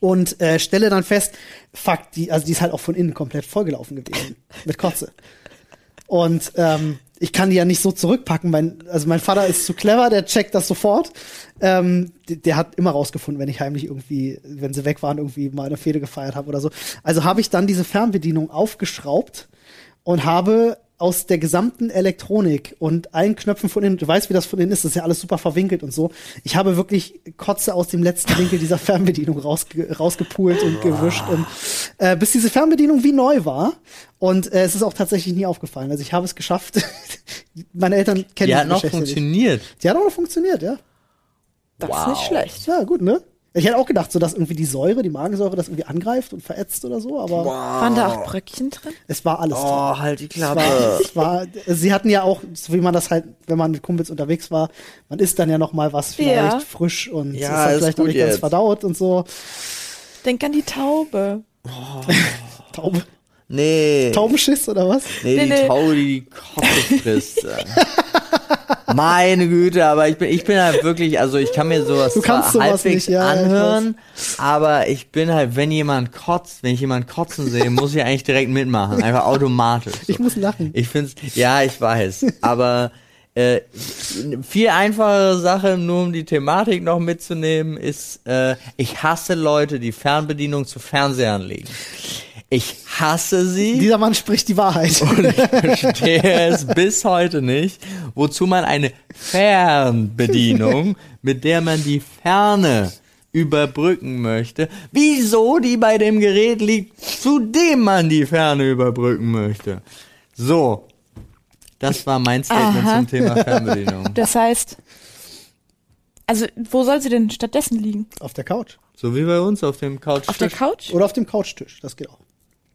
und äh, stelle dann fest, fuck, die, also die ist halt auch von innen komplett vollgelaufen gewesen mit Kotze. Und ähm, ich kann die ja nicht so zurückpacken. Mein, also mein Vater ist zu clever, der checkt das sofort. Ähm, d- der hat immer rausgefunden, wenn ich heimlich irgendwie, wenn sie weg waren, irgendwie mal eine Fehde gefeiert habe oder so. Also habe ich dann diese Fernbedienung aufgeschraubt und habe aus der gesamten Elektronik und allen Knöpfen von innen, du weißt, wie das von innen ist, das ist ja alles super verwinkelt und so. Ich habe wirklich Kotze aus dem letzten Winkel dieser Fernbedienung rausge rausgepult und gewischt und äh, bis diese Fernbedienung wie neu war. Und äh, es ist auch tatsächlich nie aufgefallen. Also ich habe es geschafft. Meine Eltern kennen
Die
diese
hat noch
Geschichte nicht.
funktioniert.
Die hat auch noch funktioniert, ja.
Das
Wow.
ist nicht schlecht.
Ja, gut, ne? Ich hätte auch gedacht, so dass irgendwie die Säure, die Magensäure, das irgendwie angreift und verätzt oder so, aber
Waren da auch Bröckchen drin?
es war alles drin.
Oh, halt die
Es
Klappe.
war, es war, sie hatten ja auch, so wie man das halt, wenn man mit Kumpels unterwegs war, man isst dann ja noch mal was vielleicht
Ja.
frisch und
Ja,
ist dann
ist
vielleicht noch
gut
nicht ganz
jetzt.
verdaut und so.
Denk an die Taube.
Taube,
Nee.
Taubenschiss oder was?
Nee, die
Nee, nee.
Taube, die die Kotze frisst. äh. Meine Güte, aber ich bin, ich bin halt wirklich, also ich kann mir sowas,
Du kannst
zwar
sowas
halbwegs
nicht, ja, ja, ich
anhören, aber ich bin halt, wenn jemand kotzt, wenn ich jemanden kotzen sehe, muss ich eigentlich direkt mitmachen, einfach automatisch. So.
Ich muss lachen.
Ich find's, ja, ich weiß, aber äh, viel einfachere Sache, nur um die Thematik noch mitzunehmen, ist, äh, ich hasse Leute, die Fernbedienung zu Fernsehern legen. Ich Oh, hasse sie.
Dieser Mann spricht die Wahrheit.
Und ich verstehe es bis heute nicht, wozu man eine Fernbedienung, mit der man die Ferne überbrücken möchte, wieso die bei dem Gerät liegt, zu dem man die Ferne überbrücken möchte. So, das war mein Statement
Aha.
zum Thema Fernbedienung.
Das heißt, also wo soll sie denn stattdessen liegen?
Auf der Couch.
So wie bei uns auf dem Couch.
Auf der Couch?
Oder auf dem Couchtisch, das geht auch.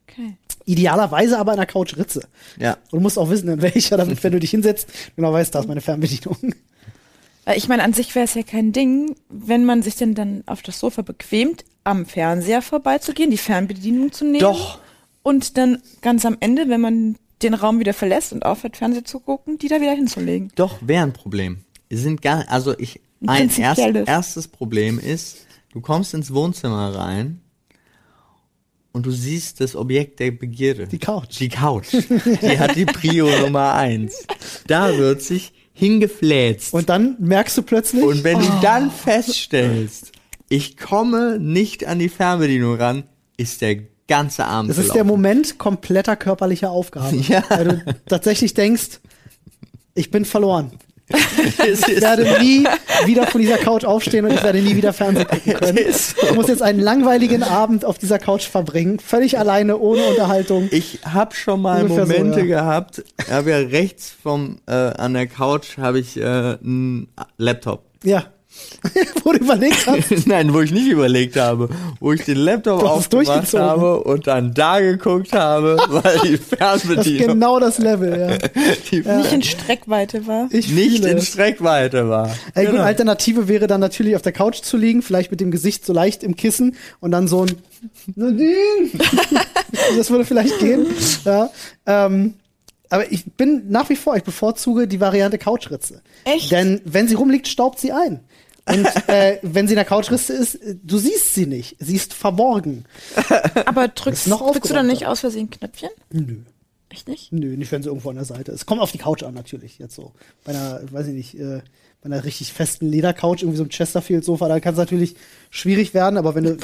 Okay.
Idealerweise aber in der Couchritze.
Ja.
Und du musst auch wissen, in welcher, damit, wenn du dich hinsetzt, genau weißt, da ist meine Fernbedienung.
Weil ich meine, an sich wäre es ja kein Ding, wenn man sich denn dann auf das Sofa bequemt, am Fernseher vorbeizugehen, die Fernbedienung zu nehmen.
Doch.
Und dann ganz am Ende, wenn man den Raum wieder verlässt und aufhört, Fernseher zu gucken, die da wieder hinzulegen.
Doch, wäre ein Problem. Es Sind gar, also ich,
Ein
ein erst,
prinzipielles.
erstes Problem ist, du kommst ins Wohnzimmer rein und du siehst das Objekt der Begierde.
Die Couch.
Die Couch. Die hat die Prio Nummer eins. Da wird sich hingefläzt.
Und Oh. dann merkst du plötzlich,
Und wenn du dann feststellst, ich komme nicht an die Fernbedienung ran, ist der ganze Abend
das ist der
gelaufen.
Moment kompletter körperlicher Aufgabe.
Ja.
Weil du tatsächlich denkst, ich bin verloren.
Es
Ich
ist-
werde nie wieder von dieser Couch aufstehen und ich werde nie wieder Fernsehen gucken können. Ich muss jetzt einen langweiligen Abend auf dieser Couch verbringen, völlig alleine, ohne Unterhaltung.
Ich habe schon mal
Ungefähr so,
Momente
ja.
gehabt, ich habe ja rechts vom äh, an der Couch habe ich äh, einen Laptop.
Ja. Wo du überlegt hast,
Nein, wo ich nicht überlegt habe, wo ich den Laptop
Du hast es
aufgemacht
durchgezogen.
habe und dann da geguckt habe, weil die
das ist
Fernbedienung
genau das Level. Ja.
die
Nicht in Streckweite war.
Ich
nicht
fühle
in
es.
Streckweite war.
Ey, gut,
Genau.
Alternative wäre dann natürlich auf der Couch zu liegen, vielleicht mit dem Gesicht so leicht im Kissen und dann so ein Nadine. das würde vielleicht gehen. Ja, ähm, aber ich bin nach wie vor, ich bevorzuge die Variante Couchritze.
Echt?
Denn wenn sie rumliegt, staubt sie ein. Und äh, wenn sie in der Couchritze ist, äh, du siehst sie nicht. Sie ist verborgen.
Aber drückst,
noch
drückst du dann
aufgeräumter.
nicht aus Versehen Knöpfchen?
Nö.
Echt nicht?
Nö, nicht, wenn sie irgendwo an der Seite ist. Kommt auf die Couch an, natürlich, jetzt so. Bei einer, weiß ich nicht, äh, bei einer richtig festen Ledercouch, irgendwie so einem Chesterfield-Sofa, da kann es natürlich schwierig werden, aber wenn du,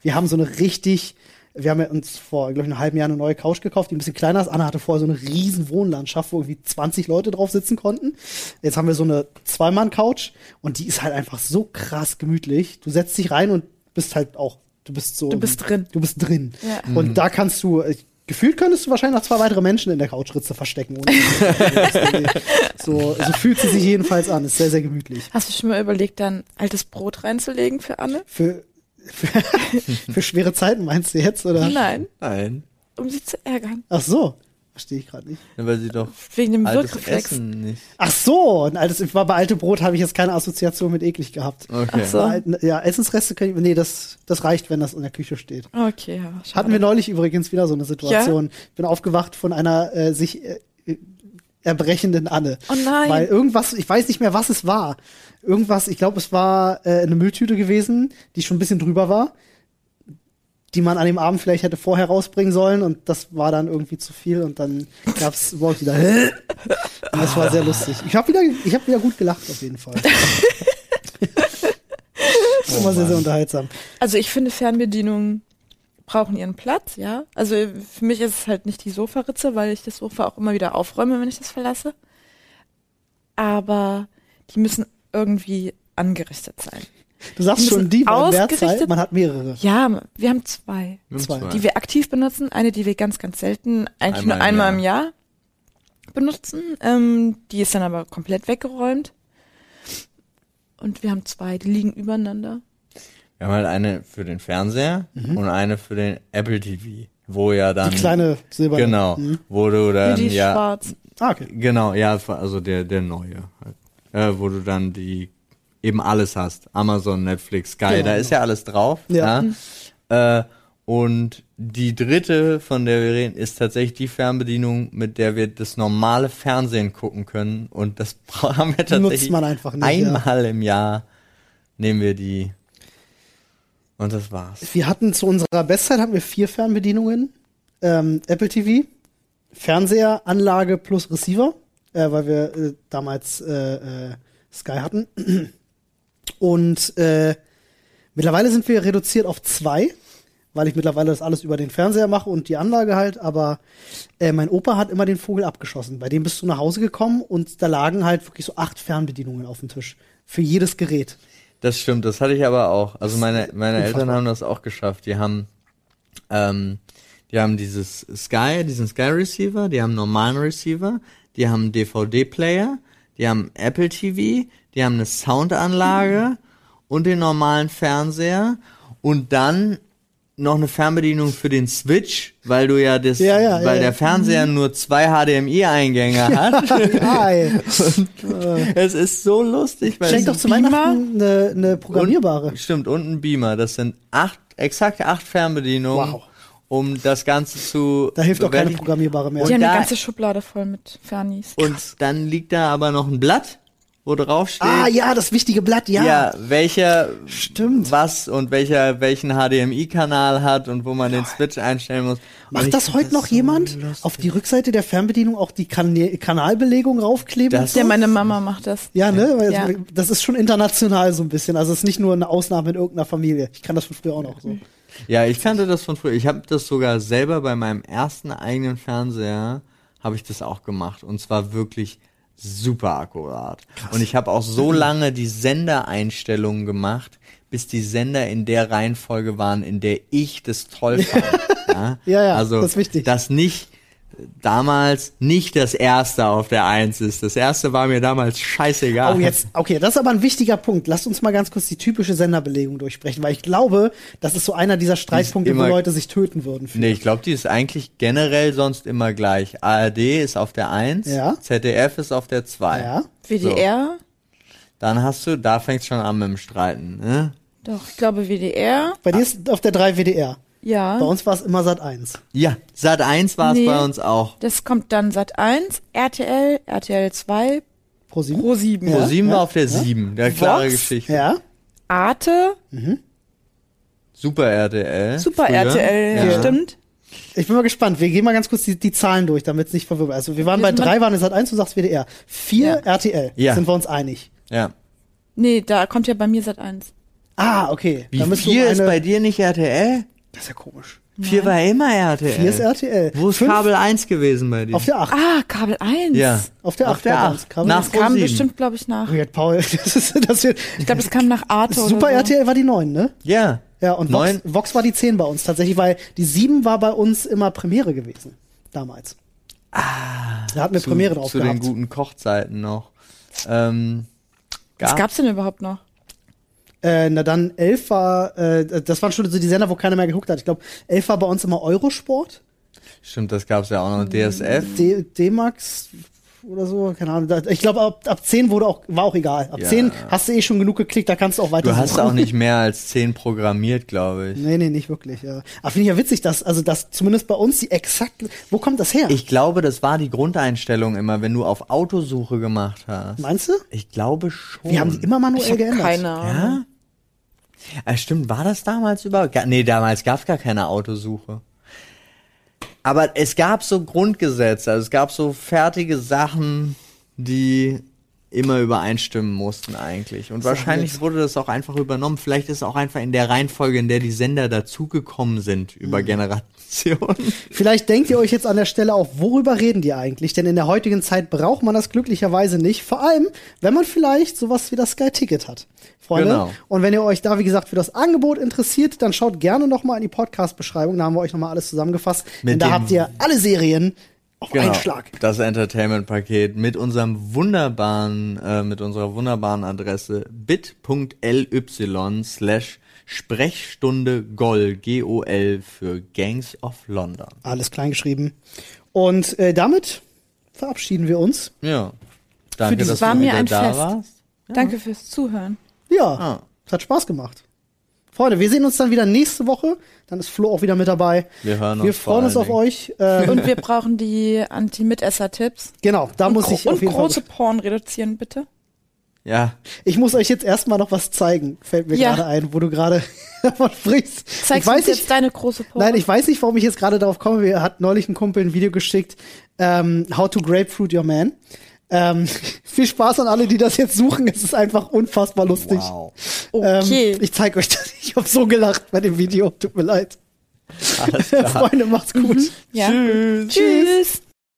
wir haben so eine richtig, wir haben ja uns vor, glaube ich, einem halben Jahr eine neue Couch gekauft, die ein bisschen kleiner ist. Anna hatte vorher so eine riesen Wohnlandschaft, wo irgendwie 20 Leute drauf sitzen konnten. Jetzt haben wir so eine Zweimann-Couch und die ist halt einfach so krass gemütlich. Du setzt dich rein und bist halt auch, du bist so.
Du bist drin.
Du bist drin.
Ja.
Und da kannst du, äh, gefühlt könntest du wahrscheinlich noch zwei weitere Menschen in der Couchritze verstecken. Ohne so, so fühlt sie sich jedenfalls an. Ist sehr, sehr gemütlich.
Hast du schon mal überlegt, dann altes Brot reinzulegen für Anne?
Für, für, für schwere Zeiten meinst du jetzt, oder?
Nein,
Nein,
um sie zu ärgern.
Ach so. Verstehe ich gerade nicht.
weil sie doch
Wegen dem
altes
Wirkreflex.
Essen nicht.
Ach so, ein altes, war bei alte Brot habe ich jetzt keine Assoziation mit eklig gehabt.
Okay.
Ach so.
Bei alten- Ja, Essensreste können ich, nee, das, das reicht, wenn das in der Küche steht.
Okay, ja. schade.
Hatten wir neulich übrigens wieder so eine Situation. Bin aufgewacht von einer äh, sich äh, äh, erbrechenden Anne.
Oh nein.
Weil irgendwas, ich weiß nicht mehr, was es war. Irgendwas, ich glaube, es war äh, eine Mülltüte gewesen, die schon ein bisschen drüber war, die man an dem Abend vielleicht hätte vorher rausbringen sollen und das war dann irgendwie zu viel und dann gab's überhaupt wieder. und das war sehr lustig. Ich habe wieder, ich habe wieder gut gelacht auf jeden Fall. Immer
Oh
sehr, sehr unterhaltsam.
Also ich finde Fernbedienungen brauchen ihren Platz, ja. Also für mich ist es halt nicht die Sofaritze, weil ich das Sofa auch immer wieder aufräume, wenn ich das verlasse. Aber die müssen irgendwie angerichtet sein.
Du sagst
Die
schon
müssen
die, weil in der
ausgerichtet-
Zeit, man hat mehrere.
Ja, wir haben zwei,
Nimm
Zwei.
die wir aktiv benutzen, eine, die wir ganz, ganz selten, eigentlich nur einmal im Jahr benutzen. Ähm, die ist dann aber komplett weggeräumt. Und wir haben zwei, die liegen übereinander.
Wir haben halt eine für den Fernseher und eine für den Apple TV, wo ja dann
Mhm. Die kleine silberne.
genau, wo du
Nur
dann
die ist
ja
schwarz.
Ah, okay.
genau ja also der der neue, halt. äh, wo du dann die eben alles hast, Amazon, Netflix, Sky,
Genau.
da ist ja alles drauf.
Ja. Mhm.
Ja. Äh, und die dritte, von der wir reden, ist tatsächlich die Fernbedienung, mit der wir das normale Fernsehen gucken können. Und das haben wir tatsächlich
man einfach nicht,
einmal im Jahr nehmen wir die. Und das war's.
Wir hatten zu unserer Bestzeit hatten wir vier Fernbedienungen. Ähm, Apple TV, Fernseher, Anlage plus Receiver, äh, weil wir äh, damals äh, äh, Sky hatten. Und äh, mittlerweile sind wir reduziert auf zwei, weil ich mittlerweile das alles über den Fernseher mache und die Anlage halt. Aber äh, mein Opa hat immer den Vogel abgeschossen. Bei dem bist du nach Hause gekommen und da lagen halt wirklich so acht Fernbedienungen auf dem Tisch. Für jedes Gerät.
Das stimmt, das hatte ich aber auch. Also meine, meine
Unfassbar.
Eltern haben das auch geschafft. Die haben, ähm, die haben dieses Sky, diesen Sky Receiver, die haben einen normalen Receiver, die haben einen DVD-Player, die haben Apple TV, die haben eine
Hm.
Soundanlage und den normalen Fernseher und dann noch eine Fernbedienung für den Switch, weil du ja das,
Ja, ja, ja,
weil
ja. Mhm.
der Fernseher nur zwei HDMI-Eingänge hat.
Ei.
es ist so lustig, weil
Schenk
es
doch zu
Beamer?
Weihnachten eine, eine programmierbare.
Und, stimmt, und ein Beamer. Das sind acht, exakt acht Fernbedienungen,
Wow.
um das Ganze zu.
Da hilft auch keine
bewältigen.
programmierbare mehr.
Die haben
da-
eine ganze Schublade voll mit Fernis.
Und dann liegt da aber noch ein Blatt, wo wo drauf steht,
Ah, ja, das wichtige Blatt, ja.
ja, welcher
Stimmt.
was und welcher welchen HDMI-Kanal hat und wo man den Switch einstellen muss. Und ich
Macht das
find
heute noch
so
jemand?
lustig.
Auf die Rückseite der Fernbedienung auch die kan Kanalbelegung raufkleben?
Das-
und
Ja,
so?
meine Mama macht das.
ja, ne? Weil
Ja.
Das ist schon international so ein bisschen. Also es ist nicht nur eine Ausnahme in irgendeiner Familie. Ich kann das von früher auch noch so.
Ja, ich kannte das von früher. Ich habe das sogar selber bei meinem ersten eigenen Fernseher habe ich das auch gemacht und zwar wirklich super akkurat. Und ich habe auch so lange die Sendereinstellungen gemacht, bis die Sender in der Reihenfolge waren, in der ich das toll fand. ja? Also,
Ja, ja, das ist wichtig.
Dass nicht damals nicht das erste auf der Eins ist. Das erste war mir damals scheißegal.
Oh, jetzt, okay, das ist aber ein wichtiger Punkt. Lasst uns mal ganz kurz die typische Senderbelegung durchsprechen, weil ich glaube, das ist so einer dieser Streitpunkte, wo
immer-
Leute sich töten würden. für.
Nee, ich glaube, die ist eigentlich generell sonst immer gleich. ARD ist auf der 1,
Ja.
ZDF ist auf der 2.
Ja.
WDR?
Dann hast du, da fängst schon an mit dem Streiten. Ne?
Doch, ich glaube WDR.
Bei dir ist auf der 3 WDR. Bei
Ja.
uns war es immer Sat 1.
Ja, Sat 1 war es
Nee.
bei uns auch.
Das kommt dann Sat 1, RTL, RTL 2,
Hm? Pro 7.
Pro 7,
Pro 7
ja,
war auf der 7, der klare
Vox?
Geschichte.
Ja.
Arte,
Super RTL.
Super
früher.
RTL,
Ja.
stimmt.
Ich bin mal gespannt. Wir gehen mal ganz kurz die, die Zahlen durch, damit es nicht verwirrt. Also wir waren
Wir
bei
sind
drei, waren es Sat 1, du sagst WDR. Vier RTL.
Ja.
Sind wir uns einig.
Ja.
Nee, da kommt ja bei mir Sat 1.
Ah, okay.
Wie
Dann müssen wir
4
um
ist
eine-
bei dir nicht RTL?
Das ist ja komisch.
4 war immer RTL.
Vier ist RTL.
Äh, Wo ist
Fünf
Kabel 1 gewesen bei dir?
Auf der 8.
Ah, Kabel 1.
ja.
Auf der
Auf
Acht
der
war bei uns
8.
Kabel
Nach
eins.
Pro
Kam
7.
bestimmt, glaube ich, nach.
Weird, Paul. Das ist, das wird,
Ich glaube, das kam nach Arte
Super
oder so.
RTL war die 9, ne?
Ja.
Ja, und Vox,
Neun-
Vox war die 10 bei uns tatsächlich, weil die 7 war bei uns immer Premiere gewesen. Damals. Ah. Da hatten wir Premiere drauf
zu
gehabt.
den guten Kochzeiten noch. Ähm,
Was
gab-
gab's denn überhaupt noch?
Äh, na dann, 11 war, äh, das waren schon so die Sender, wo keiner mehr geguckt hat. Ich glaube, 11 war bei uns immer Eurosport,
Stimmt, das gab's ja auch noch. DSF.
D- D-Max oder so, keine Ahnung. Da- Ich glaube, ab, ab 10 wurde auch, war auch egal. Ab
Ja.
10 hast du eh schon genug geklickt, da kannst du auch weiter
Du hast
suchen.
auch nicht mehr als 10 programmiert, glaube ich.
Nee, nee, nicht wirklich, ja. Aber finde ich ja witzig, dass, also, dass zumindest bei uns die exakt, wo kommt das her?
Ich glaube, das war die Grundeinstellung immer, wenn du auf Autosuche gemacht hast.
Meinst du?
Ich glaube schon.
Wir haben die immer manuell
Ich hab
geändert.
keine Ahnung.
ja? Ah, stimmt, war das damals überhaupt? Ga- Nee, damals gab's gar keine Autosuche. Aber es gab so Grundgesetze, also es gab so fertige Sachen, die immer übereinstimmen mussten eigentlich. Und wahrscheinlich wurde das auch einfach übernommen. Vielleicht ist auch einfach in der Reihenfolge, in der die Sender dazugekommen sind über Generationen.
Vielleicht denkt ihr euch jetzt an der Stelle auch, worüber reden die eigentlich? Denn in der heutigen Zeit braucht man das glücklicherweise nicht. Vor allem, wenn man vielleicht sowas wie das Sky Ticket hat. Freunde.
Genau.
Und wenn ihr euch da, wie gesagt, für das Angebot interessiert, dann schaut gerne nochmal in die Podcast-Beschreibung. Da haben wir euch nochmal alles zusammengefasst.
Mit
Denn da
dem- Genau.
habt ihr alle Serien auf einen Schlag.
Das Entertainment-Paket mit unserem wunderbaren, äh, mit unserer wunderbaren Adresse bit.ly slash Sprechstunde Gol, G-O-L für Gangs of London.
Alles klein geschrieben. Und äh, damit verabschieden wir uns.
Ja. Danke,
dieses-
dass
war
du
mir
wieder
ein
da
Fest.
warst.
Danke fürs Zuhören.
Ja,
Ah.
es hat Spaß gemacht. Freunde, wir sehen uns dann wieder nächste Woche. Dann ist Flo auch wieder mit dabei.
Wir hören
Wir
uns vor
freuen uns
allen
auf euch. Ähm,
Und wir brauchen die Anti-Mitesser-Tipps.
Genau, da muss
und
ich
gro-
auf
und
jeden
große
Fall.
Porn reduzieren, bitte.
Ja.
Ich muss euch jetzt erstmal noch was zeigen, fällt mir
Ja.
gerade ein, wo du gerade davon sprichst.
Zeigst
ich weiß
uns jetzt
nicht,
deine große Porn.
nein, ich weiß nicht, warum ich jetzt gerade darauf komme. Mir hat neulich ein Kumpel ein Video geschickt, ähm, How to Grapefruit Your Man. Ähm, viel Spaß an alle, die das jetzt suchen. Es ist einfach unfassbar lustig.
Wow.
okay.
Ähm, ich zeige euch das. Ich habe so gelacht bei dem Video. Tut mir leid.
Alles klar.
Mhm.
Freunde, macht's gut.
ja.
Tschüss.
Tschüss.